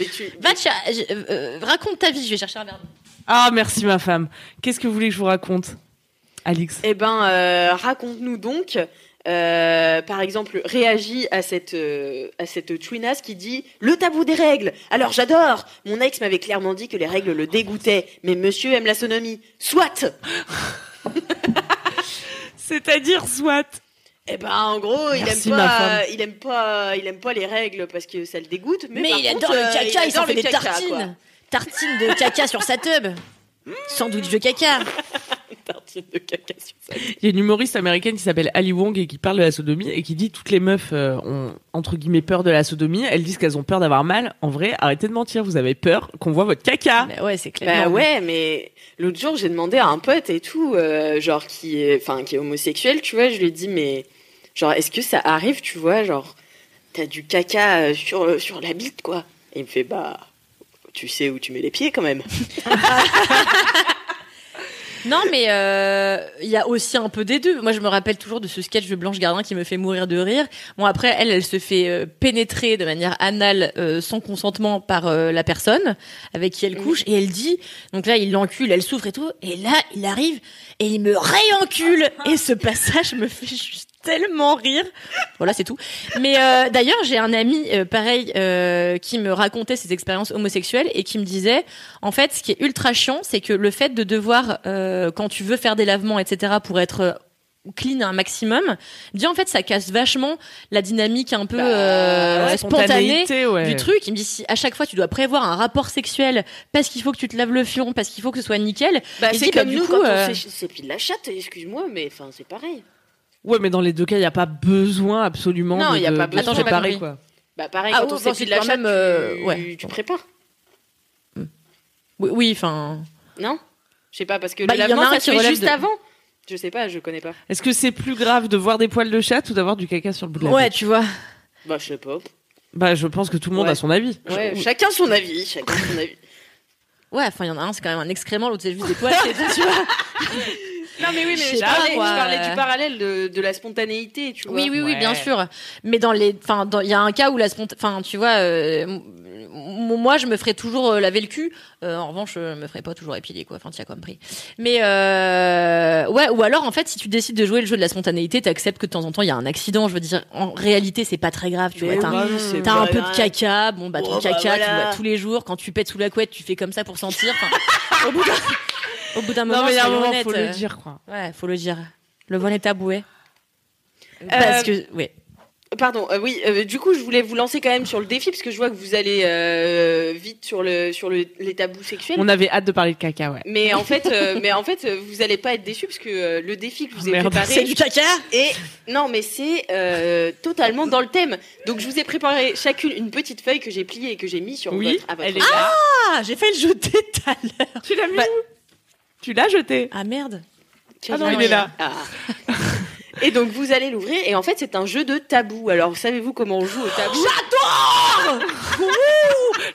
S2: Mais tu-
S3: Va, te cha- je- euh, raconte ta vie, je vais chercher un verre.
S1: Ah, merci ma femme. Qu'est-ce que vous voulez que je vous raconte Alix
S2: Eh ben, euh, raconte-nous donc, euh, par exemple, réagis à cette, euh, à cette twinasse qui dit le tabou des règles. Alors j'adore. Mon ex m'avait clairement dit que les règles le dégoûtaient, mais Monsieur aime la sonomie. Soit.
S1: C'est-à-dire, soit.
S2: Eh ben, en gros, il
S1: Merci,
S2: aime
S1: ma
S2: pas,
S1: femme.
S2: il aime pas, il aime pas les règles parce que ça le dégoûte. Mais,
S3: Mais,
S2: par
S3: il
S2: contre,
S3: adore
S2: euh,
S3: le caca, il,
S2: adore
S3: s'en fait
S2: le
S3: des
S2: caca,
S3: tartines.
S2: quoi.
S3: Tartines de caca sur sa teub. Sandwich de caca.
S2: Tartines de caca sur ça.
S1: Il y a une humoriste américaine qui s'appelle Ali Wong et qui parle de la sodomie et qui dit toutes les meufs euh, ont entre guillemets peur de la sodomie. Elles disent qu'elles ont peur d'avoir mal. En vrai, arrêtez de mentir. Vous avez peur qu'on voit votre caca.
S3: Mais Ah. ouais, c'est clair.
S2: Bah
S3: Non,
S2: ouais, mais l'autre jour, j'ai demandé à un pote et tout, euh, genre qui est, enfin, qui est homosexuel, tu vois, je lui ai dit, mais genre, est-ce que ça arrive, tu vois, genre, t'as du caca euh, sur, euh, sur la bite, quoi. Et il me fait, bah, tu sais où tu mets les pieds quand même.
S3: Non, mais euh, il y a aussi un peu des deux. Moi, je me rappelle toujours de ce sketch de Blanche Gardin qui me fait mourir de rire. Bon, après, elle, elle se fait euh, pénétrer de manière anale, euh, sans consentement, par euh, la personne avec qui elle couche, et elle dit. Donc là, il l'encule, elle souffre et tout, et là, il arrive et il me réencule. Et ce passage me fait juste tellement rire. Voilà, c'est tout. Mais euh, d'ailleurs, j'ai un ami euh, pareil euh, qui me racontait ses expériences homosexuelles et qui me disait en fait, ce qui est ultra chiant, c'est que le fait de devoir, euh, quand tu veux faire des lavements, etc., pour être euh, clean un maximum, bien en fait, ça casse vachement la dynamique un peu
S2: Bah,
S3: euh,
S1: La
S3: spontanée
S1: spontanéité, ouais.
S3: du truc. Il me dit si à chaque fois tu dois prévoir un rapport sexuel parce qu'il faut que tu te laves le fion, parce qu'il faut que ce soit nickel.
S2: Bah,
S3: Il
S2: c'est
S3: dit, bah,
S2: comme
S3: du
S2: nous
S3: coup,
S2: quand
S3: euh,
S2: on s'é- s'épile la chatte, excuse-moi, mais enfin, c'est pareil.
S1: Ouais, mais dans les deux cas, il n'y a pas besoin absolument.
S2: Non,
S1: de-
S2: il y a
S1: de-
S2: pas
S1: de
S2: besoin.
S1: se
S3: Attends, j'ai pas
S1: préparer,
S3: compris.
S1: quoi.
S2: Bah, pareil,
S3: Ah
S2: quand on
S3: oui, enfin,
S2: s'épile
S3: c'est
S2: la
S3: quand
S2: chatte,
S3: même, euh,
S2: tu,
S3: ouais.
S2: tu prépares,
S3: Oui, oui, enfin.
S2: non Je sais pas, parce que
S3: Bah,
S2: le
S3: il y en a
S2: lavement,
S3: un
S2: ça
S3: qui
S2: se fait
S3: relève
S2: juste
S3: de-
S2: avant. Je sais pas, je connais pas.
S1: Est-ce que c'est plus grave de voir des poils de chatte ou d'avoir du caca sur le bout de la
S3: Ouais,
S1: bouche
S3: tu vois.
S2: Bah, je sais pas.
S1: Bah, je pense que tout le monde
S2: Ouais.
S1: a son avis.
S2: Ouais,
S1: Je-
S2: chacun son avis, chacun son avis.
S3: Ouais, enfin, il y en a un, c'est quand même un excrément, l'autre, c'est juste des poils, c'est tout, tu vois.
S2: Non mais oui,
S3: Je
S2: mais
S3: sais
S2: je,
S3: pas,
S2: parlais,
S3: quoi.
S2: je parlais du parallèle de, de la spontanéité, tu vois.
S3: Oui, oui, oui,
S1: Ouais.
S3: bien sûr. Mais dans les, enfin, dans- il y a un cas où la sponta- enfin, tu vois, euh, m- m- moi, je me ferais toujours euh, laver le cul. Euh, en revanche, je me ferais pas toujours épiler, quoi. Enfin, tu as compris. Mais euh, ouais, ou alors, en fait, si tu décides de jouer le jeu de la spontanéité, t'acceptes que de temps en temps, il y a un accident. Je veux dire, en réalité, c'est pas très grave, tu vois. T'as un- T'as un peu de caca, bon bah ton
S2: bah, Oh, bah,
S3: caca, tu
S2: voilà.
S3: vois tous les jours. Quand tu pètes sous la couette, tu fais comme ça pour sentir. Enfin, au bout d'un- au bout d'un moment,
S1: Non, mais il y a un
S3: soyons
S1: moment,
S3: honnêtes,
S1: faut
S3: euh,
S1: le dire, quoi.
S3: Euh, Ouais, faut le dire. Le vol est taboué. Parce que, ouais.
S2: Pardon, euh, oui, euh, du coup, je voulais vous lancer quand même sur le défi, parce que je vois que vous allez euh, vite sur, le, sur le- les tabous sexuels.
S1: On avait hâte de parler de caca, ouais.
S2: Mais en fait, euh, mais en fait, euh, vous allez pas être déçus parce que euh, le défi que
S3: Ah,
S2: je vous ai
S1: Merde.
S2: préparé
S3: caca
S2: est non, mais c'est euh, totalement dans le thème. Donc je vous ai préparé chacune une petite feuille que j'ai pliée et que j'ai mis sur
S1: Oui,
S2: votre. à
S3: bah,
S2: votre-
S1: elle est là.
S3: Ah, j'ai failli le jeter tout à l'heure.
S1: tu l'as mis
S2: Bah-
S1: où Tu l'as jeté
S3: Ah merde.
S2: Quel
S1: Ah non, il
S2: moyen.
S1: est là.
S2: Ah. Et donc vous allez l'ouvrir et en fait c'est un jeu de tabou. Alors savez-vous comment on joue au tabou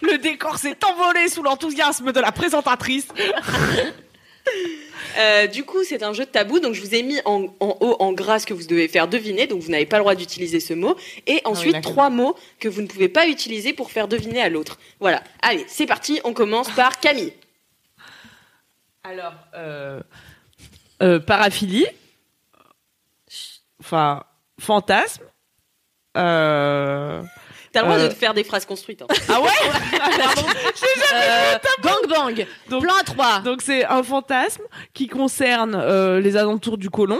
S1: Le décor s'est envolé sous l'enthousiasme de la présentatrice.
S2: Euh, du coup, c'est un jeu de tabou, donc je vous ai mis en, en haut en gras ce que vous devez faire deviner, donc vous n'avez pas le droit d'utiliser ce mot, et ensuite
S1: d'accord.
S2: trois mots que vous ne pouvez pas utiliser pour faire deviner à l'autre. Voilà. Allez, c'est parti. On commence par Camille.
S1: Alors, euh, euh, paraphilie, enfin, fantasme, euh...
S2: T'as le droit
S1: Euh.
S2: de faire des phrases construites. hein.
S1: Ah ouais
S3: Euh, gangbang.
S1: Donc-
S3: Plan à 3.
S1: Donc c'est un fantasme qui concerne euh, les alentours du côlon.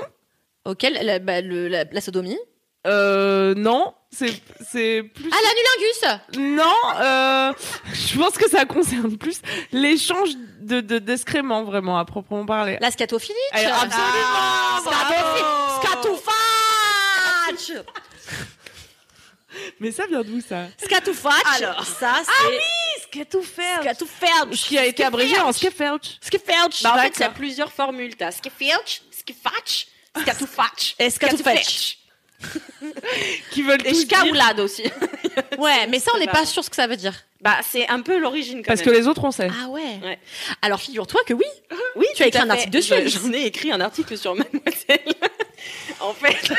S3: Auquel la, bah, le- la, la sodomie.
S1: Euh, non, c'est c'est plus...
S3: Ah, l'anulingus
S1: Non, euh, je pense que ça concerne plus l'échange de de- d'excréments, vraiment, à proprement parler.
S3: La scatophilie
S1: Eh, bravo
S3: Scatoufach
S1: Mais ça vient d'où, ça
S3: Scatoufach
S2: Alors.
S3: ça c'est
S1: Scatouferge
S3: Scatoufach
S1: Qui a été abrégé en Scatouferge.
S3: Scatoufach
S2: Bah, en fait, il y a plusieurs formules. T'as skifilch, skifatch, skatoufach,
S3: Et scatoufach
S2: skatoufetch.
S1: Qui veulent
S2: Et
S1: tous dire-
S2: skaoulade aussi.
S3: Ouais, mais ça on n'est
S2: Bah.
S3: pas sûr ce que ça veut dire.
S2: Bah, c'est un peu l'origine quand
S1: Parce que
S2: même.
S1: les autres, on sait.
S3: Ah ouais.
S2: Ouais.
S3: Alors figure-toi que oui.
S2: Oui,
S3: Tu as
S2: tout à
S3: écrit un
S2: fait.
S3: article dessus,
S2: Je- J'en ai écrit un article sur Mademoiselle. en fait,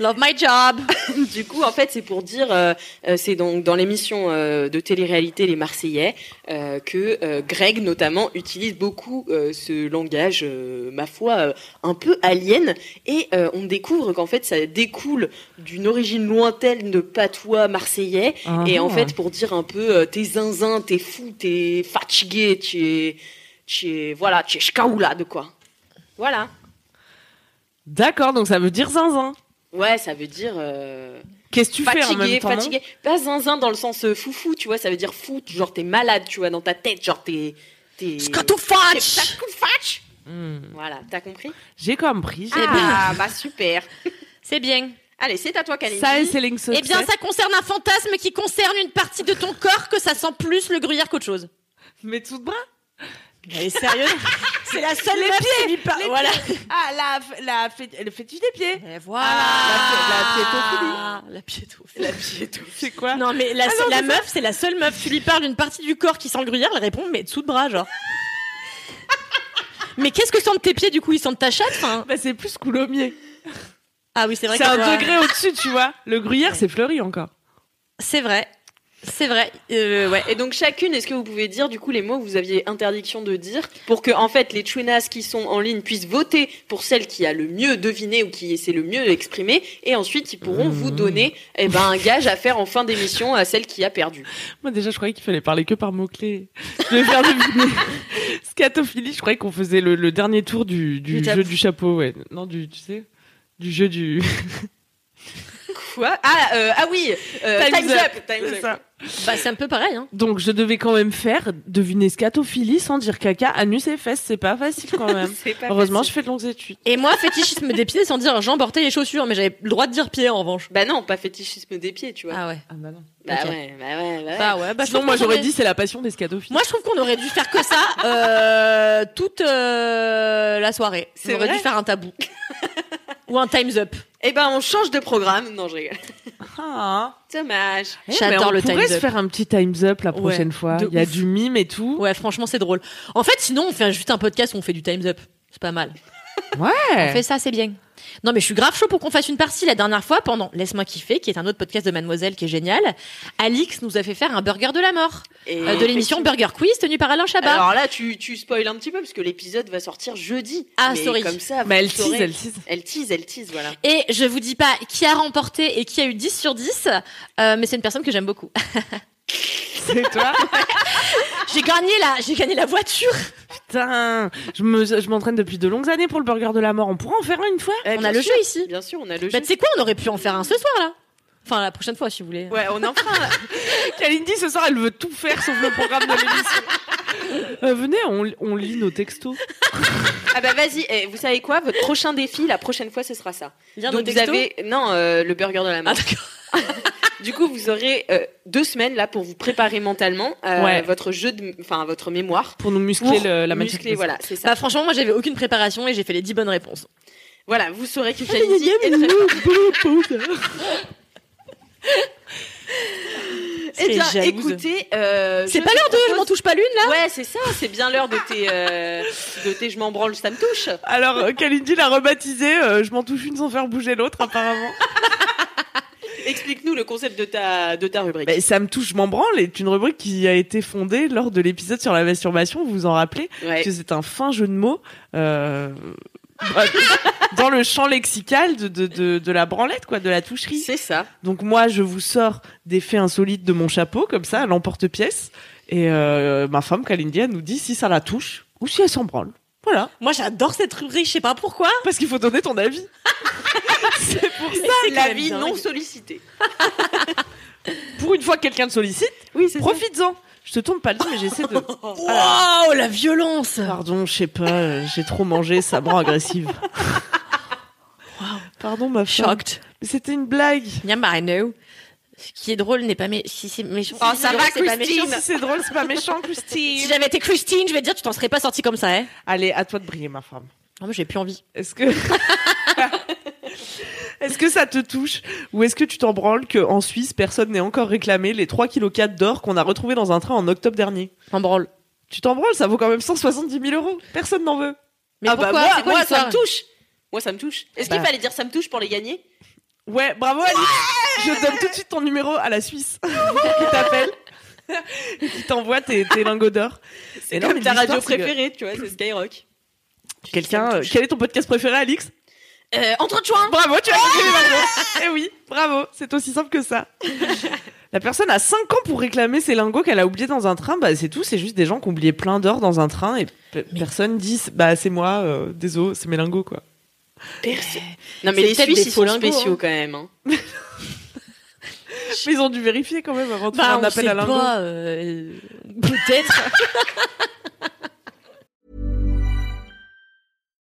S3: Love my job.
S2: Du coup, en fait, c'est pour dire, euh, euh, c'est donc dans l'émission euh, de télé-réalité Les Marseillais euh, que euh, Greg notamment utilise beaucoup euh, ce langage, euh, ma foi, euh, un peu alien, et euh, on découvre qu'en fait, ça découle d'une origine lointaine de patois marseillais, Ah. et
S3: Ah.
S2: en
S1: Ah.
S2: fait, pour dire un peu, euh, t'es zinzin, t'es fou, t'es fatigué, tu es, tu es, voilà, tu es schkaoulade, quoi. Voilà.
S1: D'accord, donc ça veut dire zinzin.
S2: Ouais, ça veut dire. euh,
S1: Qu'est-ce que tu fais en
S2: fatigué,
S1: même temps
S2: fatigué. Pas zinzin dans le sens euh, foufou, tu vois, ça veut dire fou, genre t'es malade, tu vois, dans ta tête, genre t'es. t'es- t'es-
S3: Scatoufach
S2: Scatoufach
S1: Hmm,
S2: Voilà, t'as compris
S1: J'ai compris. j'ai-
S2: Ah, bah super
S3: C'est bien.
S2: Allez, c'est à toi, Kalindi.
S1: Ça et Selling Sunset.
S3: Eh bien, ça concerne un fantasme qui concerne une partie de ton corps que ça sent plus le gruyère qu'autre chose.
S1: Mais tout de bras.
S3: Elle est sérieuse C'est la seule
S1: Les
S3: meuf qui lui
S1: les
S3: parle. Voilà.
S1: Ah, la, f- la fét- le fétiche des pieds.
S3: Et
S1: Ah,
S3: voilà. La piétophilie.
S2: La piéto.
S1: C'est quoi
S3: Non, mais la,
S1: Ah non,
S3: la
S1: c'est
S3: meuf, c'est la seule meuf. Tu lui parles d'une partie du corps qui sent le gruyère, elle répond, mais dessous de bras, genre. mais qu'est-ce que sentent tes pieds, du coup Ils sentent ta chatte enfin
S1: Bah, c'est plus coulommier.
S3: Ah oui, c'est vrai
S1: C'est
S3: que-
S1: un degré au-dessus, tu vois. Le gruyère,
S3: Ouais.
S1: c'est fleuri encore.
S3: C'est vrai. C'est vrai. Euh, ouais.
S2: Et donc, chacune, est-ce que vous pouvez dire, du coup, les mots que vous aviez interdiction de dire pour que, en fait, les chouinas qui sont en ligne puissent voter pour celle qui a le mieux deviné ou qui essaie le mieux d'exprimer et ensuite, ils pourront
S1: Mmh.
S2: vous donner eh ben, un gage à faire en fin d'émission à celle qui a perdu.
S1: Moi, déjà, je croyais qu'il fallait parler que par mots-clés. Je vais faire deviner. Scatophilie, je croyais qu'on faisait le, le dernier tour du, du
S3: Du
S1: jeu
S3: tabou.
S1: du chapeau, ouais. Non, du, tu sais, du jeu du.
S2: Quoi ah, euh, ah oui, euh,
S1: Time's
S2: time's,
S1: up.
S2: up, time's
S1: C'est
S2: up.
S1: ça.
S3: Bah, c'est un peu pareil, hein.
S1: Donc, je devais quand même faire deviner scatophilie sans dire caca, anus et fesses. C'est pas facile quand même.
S2: C'est pas
S1: Heureusement, je
S2: facile.
S1: fais de longues études.
S3: Et moi, fétichisme des pieds sans dire jambes, portais les chaussures, mais j'avais le droit de dire pied en revanche.
S2: Bah non, pas fétichisme des pieds, tu vois.
S3: Ah ouais.
S1: Ah bah non.
S2: bah,
S3: ok.
S2: ouais, bah ouais, bah ouais.
S3: Bah ouais, bah je
S1: Sinon,
S3: trouve
S1: moi,
S3: qu'on
S1: j'aurais
S3: est-
S1: dit c'est la passion des scatophiles.
S3: Moi, je trouve qu'on aurait dû faire que ça euh, toute euh, la soirée.
S2: C'est
S3: On aurait
S2: vrai
S3: dû faire un tabou. Ou un time's up.
S2: Eh ben on change de programme. Non, je rigole.
S1: Ah.
S2: Dommage.
S1: Eh,
S3: J'adore
S1: mais
S3: le
S1: On pourrait
S3: time's
S1: se
S3: up.
S1: faire un petit time's up la prochaine fois.
S3: de
S1: Il y a
S3: ouf.
S1: du mime et tout.
S3: Ouais, franchement, c'est drôle. En fait, sinon, on fait juste un podcast où on fait du time's up. C'est pas mal.
S1: Ouais.
S3: On fait ça, c'est bien. Non, mais je suis grave chaud pour qu'on fasse une partie. La dernière fois, pendant Laisse-moi kiffer, qui est un autre podcast de Mademoiselle qui est génial, Alix nous a fait faire un burger de la mort
S2: Et
S3: euh, de l'émission Burger Quiz tenue par Alain Chabat.
S2: Alors là, tu, tu spoil un petit peu parce que l'épisode va sortir jeudi.
S3: Ah,
S2: Mais
S3: sorry.
S2: Comme
S1: Mais
S2: ça, vous
S1: Bah, elle tease,
S2: saurez.
S1: elle tease.
S2: Elle tease, elle tease, voilà.
S3: Et je vous dis pas qui a remporté et qui a eu 10 sur 10, euh, mais c'est une personne que j'aime beaucoup.
S1: C'est toi.
S3: J'ai gagné la, j'ai gagné la voiture.
S1: Putain. Je me- je m'entraîne depuis de longues années pour le burger de la mort. On pourrait en faire un une fois
S3: on a le
S2: Euh, sûr.
S3: jeu ici.
S2: Bien sûr, on a le
S3: Bah
S2: jeu.
S3: tu sais quoi, on aurait pu en faire un ce soir là. Enfin, la prochaine fois, si vous voulez.
S2: Ouais, on en fera un.
S1: Kalindi, ce soir, elle veut tout faire sauf le programme de l'émission. Euh, venez, on, on lit nos textos.
S2: Ah bah vas-y, eh, vous savez quoi Votre prochain défi, la prochaine fois, ce sera ça.
S3: Lire nos
S2: Donc vous
S3: textos.
S2: avez... Non, euh, le burger de la
S3: Ah,
S2: mort.
S3: d'accord.
S2: Du coup, vous aurez euh, deux semaines là pour vous préparer mentalement euh,
S1: Ouais.
S2: votre jeu, de... enfin votre mémoire.
S1: Pour nous muscler
S2: Pour
S1: le- la magie.
S2: muscler, voilà, c'est ça.
S3: Bah, franchement, moi, j'avais aucune préparation et j'ai fait les 10 bonnes réponses.
S2: Voilà, vous saurez que Kalindi est très... Eh bien,
S3: C'est jalouse.
S2: écoutez... euh,
S3: C'est
S2: je
S3: pas
S2: vous
S3: l'heure de je m'en
S2: propose-
S3: touche pas l'une là
S2: Ouais, c'est ça, c'est bien l'heure de tes, euh, de tes je m'en branle, ça me touche.
S1: Alors, euh, Kalindi l'a rebaptisé euh, Je m'en touche une sans faire bouger l'autre, apparemment.
S2: Explique-nous le concept de ta, de ta rubrique.
S1: Ben, ça me touche, je m'en branle est une rubrique qui a été fondée lors de l'épisode sur la masturbation, vous vous en rappelez
S3: Bah,
S2: Ouais.
S1: que c'est un fin jeu de mots euh, bah, dans le champ lexical de, de, de, de la branlette, quoi, de la toucherie.
S2: C'est ça.
S1: Donc moi, je vous sors des faits insolites de mon chapeau, comme ça, à l'emporte-pièce. Et euh, ma femme, Kalindi, elle nous dit si ça la touche ou si elle s'en branle. Voilà,
S3: Moi, j'adore cette rubrique, je sais pas pourquoi.
S1: parce qu'il faut donner ton avis. c'est pour ça.
S3: Ah, C'est
S2: La
S3: quand
S2: vie
S3: même dingue.
S2: non sollicitée.
S1: Pour une fois que quelqu'un te sollicite,
S2: Oui, c'est
S1: profites-en. Je te tourne pas le dos, mais j'essaie de...
S3: Waouh, la violence
S1: Pardon, je sais pas, euh, j'ai trop mangé, ça me rend agressive. Pardon, ma femme.
S3: Shocked.
S1: Mais C'était une blague.
S3: Yam, I know. Ce qui est drôle n'est pas mé- si c'est méchant.
S2: Oh,
S3: si c'est
S2: ça
S3: drôle,
S2: va,
S3: c'est pas
S2: Christine.
S3: méchant.
S1: Si c'est drôle, c'est pas méchant,
S3: Si
S1: Christine.
S3: j'avais été Christine, je vais te dire, tu t'en serais pas sortie comme ça, hein.
S1: Allez, à toi de briller, ma femme.
S3: Non, mais Ah, j'ai plus envie.
S1: Est-ce que. est-ce que ça te touche Ou est-ce que tu t'en branles qu'en Suisse, personne n'ait encore réclamé les 3,4 kg d'or qu'on a retrouvé dans un train en octobre dernier
S3: M'en branle.
S1: Tu t'en branles, ça vaut quand même 170 000 euros. Personne n'en veut.
S3: Mais
S2: ah bah
S3: pourquoi
S2: moi,
S3: C'est quoi
S2: moi,
S3: l'histoire
S2: ça me touche. Moi ça me touche. Est-ce qu'il
S1: Bah.
S2: fallait dire ça me touche pour les gagner
S1: Ouais, bravo Alice Je donne tout de suite ton numéro à la Suisse qui t'appelle et qui t'envoie tes, tes lingots d'or.
S2: C'est
S1: non,
S2: comme
S1: mais
S2: ta radio
S1: l'histoire, c'est que-
S2: préférée, tu vois, c'est Skyrock.
S1: Quelqu'un,
S2: Ça me
S1: euh,
S2: touche.
S1: quel est ton podcast préféré, Alix
S2: Euh, entre chouins
S1: Bravo, tu as gagné les lingots. Eh oui, bravo, c'est aussi simple que ça. La personne a 5 ans pour réclamer ses lingots qu'elle a oubliés dans un train. Bah, c'est tout, c'est juste des gens qui ont oublié plein d'or dans un train et pe- personne dit bah c'est moi, euh, désolé, c'est mes lingots quoi.
S2: Non mais
S3: C'est
S2: les
S3: peut-être
S2: Suisses
S3: des
S2: ils sont
S3: faux lingots,
S2: spéciaux
S3: hein.
S2: quand même. hein.
S1: Mais ils ont dû vérifier quand même avant de faire
S3: Bah,
S1: un
S3: on
S1: appel
S3: sait
S1: à lingots.
S3: pas, euh, Peut-être.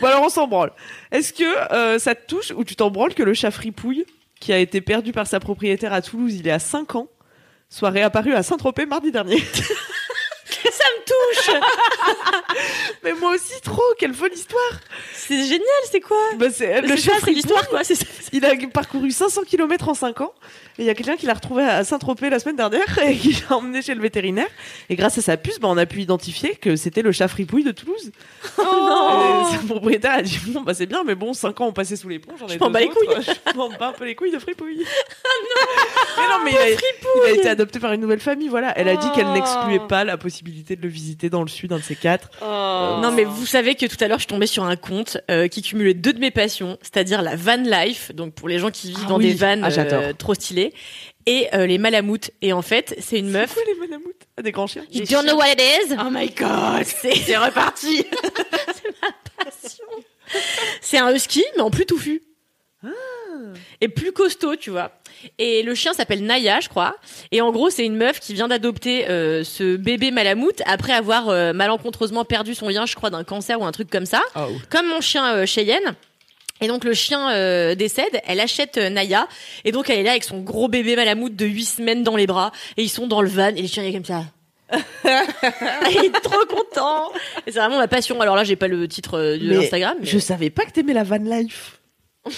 S1: Bon alors on s'en branle. Est-ce que euh, ça te touche ou tu t'en branles que le chat fripouille qui a été perdu par sa propriétaire à Toulouse il y a 5 ans soit réapparu à Saint-Tropez mardi dernier
S3: ça me touche
S1: Mais moi aussi trop, quelle folle histoire
S3: C'est génial, c'est quoi
S1: Bah, c'est- Le chat
S3: C'est ça, c'est
S1: fripouille,
S3: l'histoire, quoi. C'est ça.
S1: il a parcouru 500 km en 5 ans et il y a quelqu'un qui l'a retrouvé à Saint-Tropez la semaine dernière et qui l'a emmené chez le vétérinaire et grâce à sa puce, bah, on a pu identifier que c'était le chat fripouille de Toulouse.
S3: Oh
S1: Et son propriétaire a dit bon bah c'est bien mais bon 5 ans ont passé sous les ponts, j'en ai
S3: Je m'en
S1: deux
S3: bats les Ah
S1: autres. Je m'en bats un peu les couilles de fripouille. mais non mais
S3: Oh,
S1: il a, il a été adopté par une nouvelle famille voilà. Elle a dit qu'elle
S2: Oh.
S1: n'excluait pas la possibilité de le visiter dans le sud un de ces quatre.
S2: Oh.
S3: Non mais vous savez que tout à l'heure je suis tombée sur un compte euh, qui cumulait deux de mes passions, c'est-à-dire la van life, donc pour les gens qui vivent
S1: Ah
S3: dans
S1: oui.
S3: des vannes
S1: Ah, j'adore.
S3: euh, trop stylées, et euh, les malamoutes. Et en fait, c'est une meuf.
S1: Quoi les manamoutes Ah, des grands chiens.
S3: You don't know what it is.
S2: Oh my god
S3: C'est
S2: C'est reparti
S3: c'est un husky mais en plus touffu. Et plus costaud, tu vois. Et le chien s'appelle Naya, je crois. Et en gros, c'est une meuf qui vient d'adopter euh, ce bébé malamoute après avoir euh, malencontreusement perdu son lien, je crois, d'un cancer ou un truc comme ça. comme mon chien euh, Cheyenne. Et donc le chien euh, décède, elle achète euh, Naya, et donc elle est là avec son gros bébé malamoute de 8 semaines dans les bras, et ils sont dans le van, et le chien il est comme ça. il est trop content. Et c'est vraiment ma passion. Alors là, j'ai pas le titre euh, de
S1: Mais
S3: Instagram. Mais...
S1: Je savais pas que t'aimais la van life.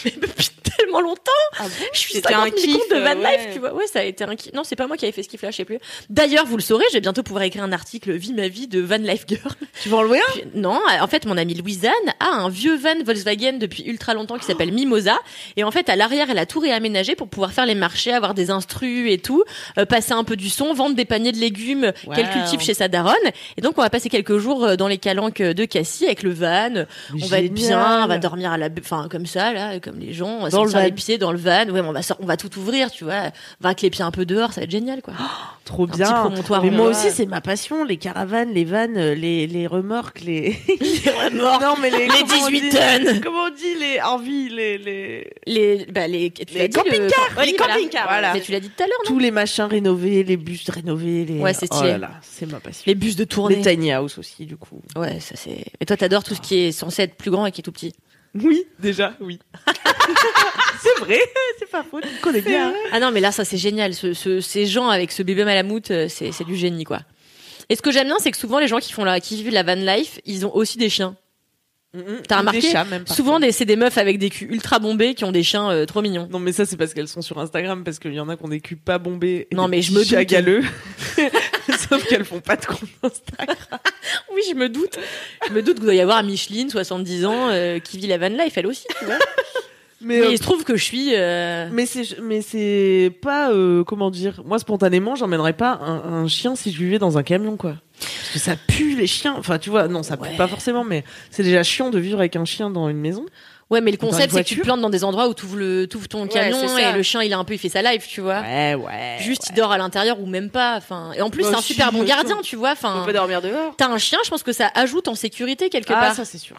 S3: Mais putain, tellement longtemps. Je suis
S2: Ah C'était un
S3: 50
S2: kiff,
S3: 000 comptes de Van
S2: euh,
S3: Life,
S2: ouais.
S3: tu vois. Ouais, ça a été un kiff. Non, c'est pas moi qui avais fait ce kiff-là, je sais plus. D'ailleurs, vous le saurez, je vais bientôt pouvoir écrire un article Vie ma vie de Van Life Girl.
S1: Tu vas en louer
S2: Ah.
S1: un
S3: Puis- Non, euh, en fait, mon amie Louisanne a un vieux van Volkswagen depuis ultra longtemps
S2: Ah.
S3: qui s'appelle Mimosa. Et en fait, à l'arrière, elle a tout réaménagé pour pouvoir faire les marchés, avoir des instrus et tout, euh, passer un peu du son, vendre des paniers de légumes
S1: Wow.
S3: qu'elle cultive chez sa daronne. Et donc, on va passer quelques jours euh, dans les calanques de Cassis avec le van. On va être bien, on va dormir à la, bu- enfin comme ça là, comme les gens, on va
S1: Dans
S3: sortir
S1: le van.
S3: les pieds dans le van. Ouais, mais on va sor- on va tout ouvrir, tu vois. On va avec les pieds un peu dehors, ça va être génial quoi.
S1: Trop
S3: petit
S1: bien.
S3: promontoire,
S1: Mais
S3: on
S1: moi
S3: va.
S1: aussi, c'est ma passion, les caravanes, les vannes, euh, les, les remorques, les... les remorques. Non, mais les...
S3: Les
S1: comment on
S3: 18
S1: dit-
S3: tonnes.
S1: Comment on dit les Harvey, les... les...
S3: Les, bah les, tu
S1: Les
S3: l'as dit, le-
S1: camping-cars,
S3: Ouais,
S1: les
S3: voilà.
S1: camping-cars, voilà.
S3: Mais tu l'as dit tout à l'heure, non
S1: Tous les machins rénovés, les bus rénovés, les...
S3: Ouais, c'est
S1: Oh là
S3: stylé.
S1: là, c'est ma passion.
S3: Les bus de tournée.
S1: Les tiny house aussi, du coup.
S3: Ouais, ça c'est. Et toi, t'adores tout ce qui est censé être plus grand et qui est tout petit.
S1: Oui, déjà, oui. c'est vrai, c'est pas faux, tu me connais bien. hein.
S3: Ah non, mais là, ça c'est génial. Ce- ce- ces gens avec ce bébé malamoute, euh, c'est c'est du génie, quoi. Et ce que j'aime bien, c'est que souvent les gens qui font la, qui vivent la van life, ils ont aussi des chiens. T'as remarqué
S1: Mm, Des chats, même, parfois.
S3: Souvent, des- c'est des meufs avec des culs ultra bombés qui ont des chiens euh, trop mignons.
S1: Non, mais ça, c'est parce qu'elles sont sur Instagram, parce qu'il y en a qui ont des culs pas bombés. et
S3: Non,
S1: des
S3: mais je
S1: petits
S3: me
S1: chats
S3: doute.
S1: galeux. Sauf qu'elles font pas de compte Instagram.
S3: Oui, je me doute. Je me doute qu'il doit y avoir Micheline, 70 ans, euh, qui vit la van life, elle aussi, tu vois.
S1: Mais,
S3: Mais
S1: euh,
S3: il se trouve que je suis. euh,
S1: mais c'est, mais c'est pas, euh, comment dire. Moi, spontanément, j'emmènerais pas un, un chien si je vivais dans un camion, quoi. Parce que ça pue, les chiens. Enfin, tu vois, non, ça pue
S3: Ouais.
S1: pas forcément, mais c'est déjà chiant de vivre avec un chien dans une maison.
S3: Ouais, mais le
S1: Dans une
S3: concept, c'est que tu te
S1: voiture.
S3: plantes dans des endroits où tu le, t'ouvres ton camion
S2: c'est ça.
S3: et le chien, il a un peu, il fait sa life, tu vois.
S1: Ouais, ouais.
S3: Juste, il dort à l'intérieur ou même pas. Enfin, et en plus,
S1: Bah,
S3: c'est un
S1: si,
S3: super bon
S1: bien
S3: gardien,
S1: sûr.
S3: tu vois.
S2: On
S3: Enfin,
S2: peut dormir dehors.
S3: t'as un chien, je pense que ça ajoute en sécurité quelque
S1: Ah,
S3: part.
S1: ça,
S3: Ça...
S1: c'est sûr.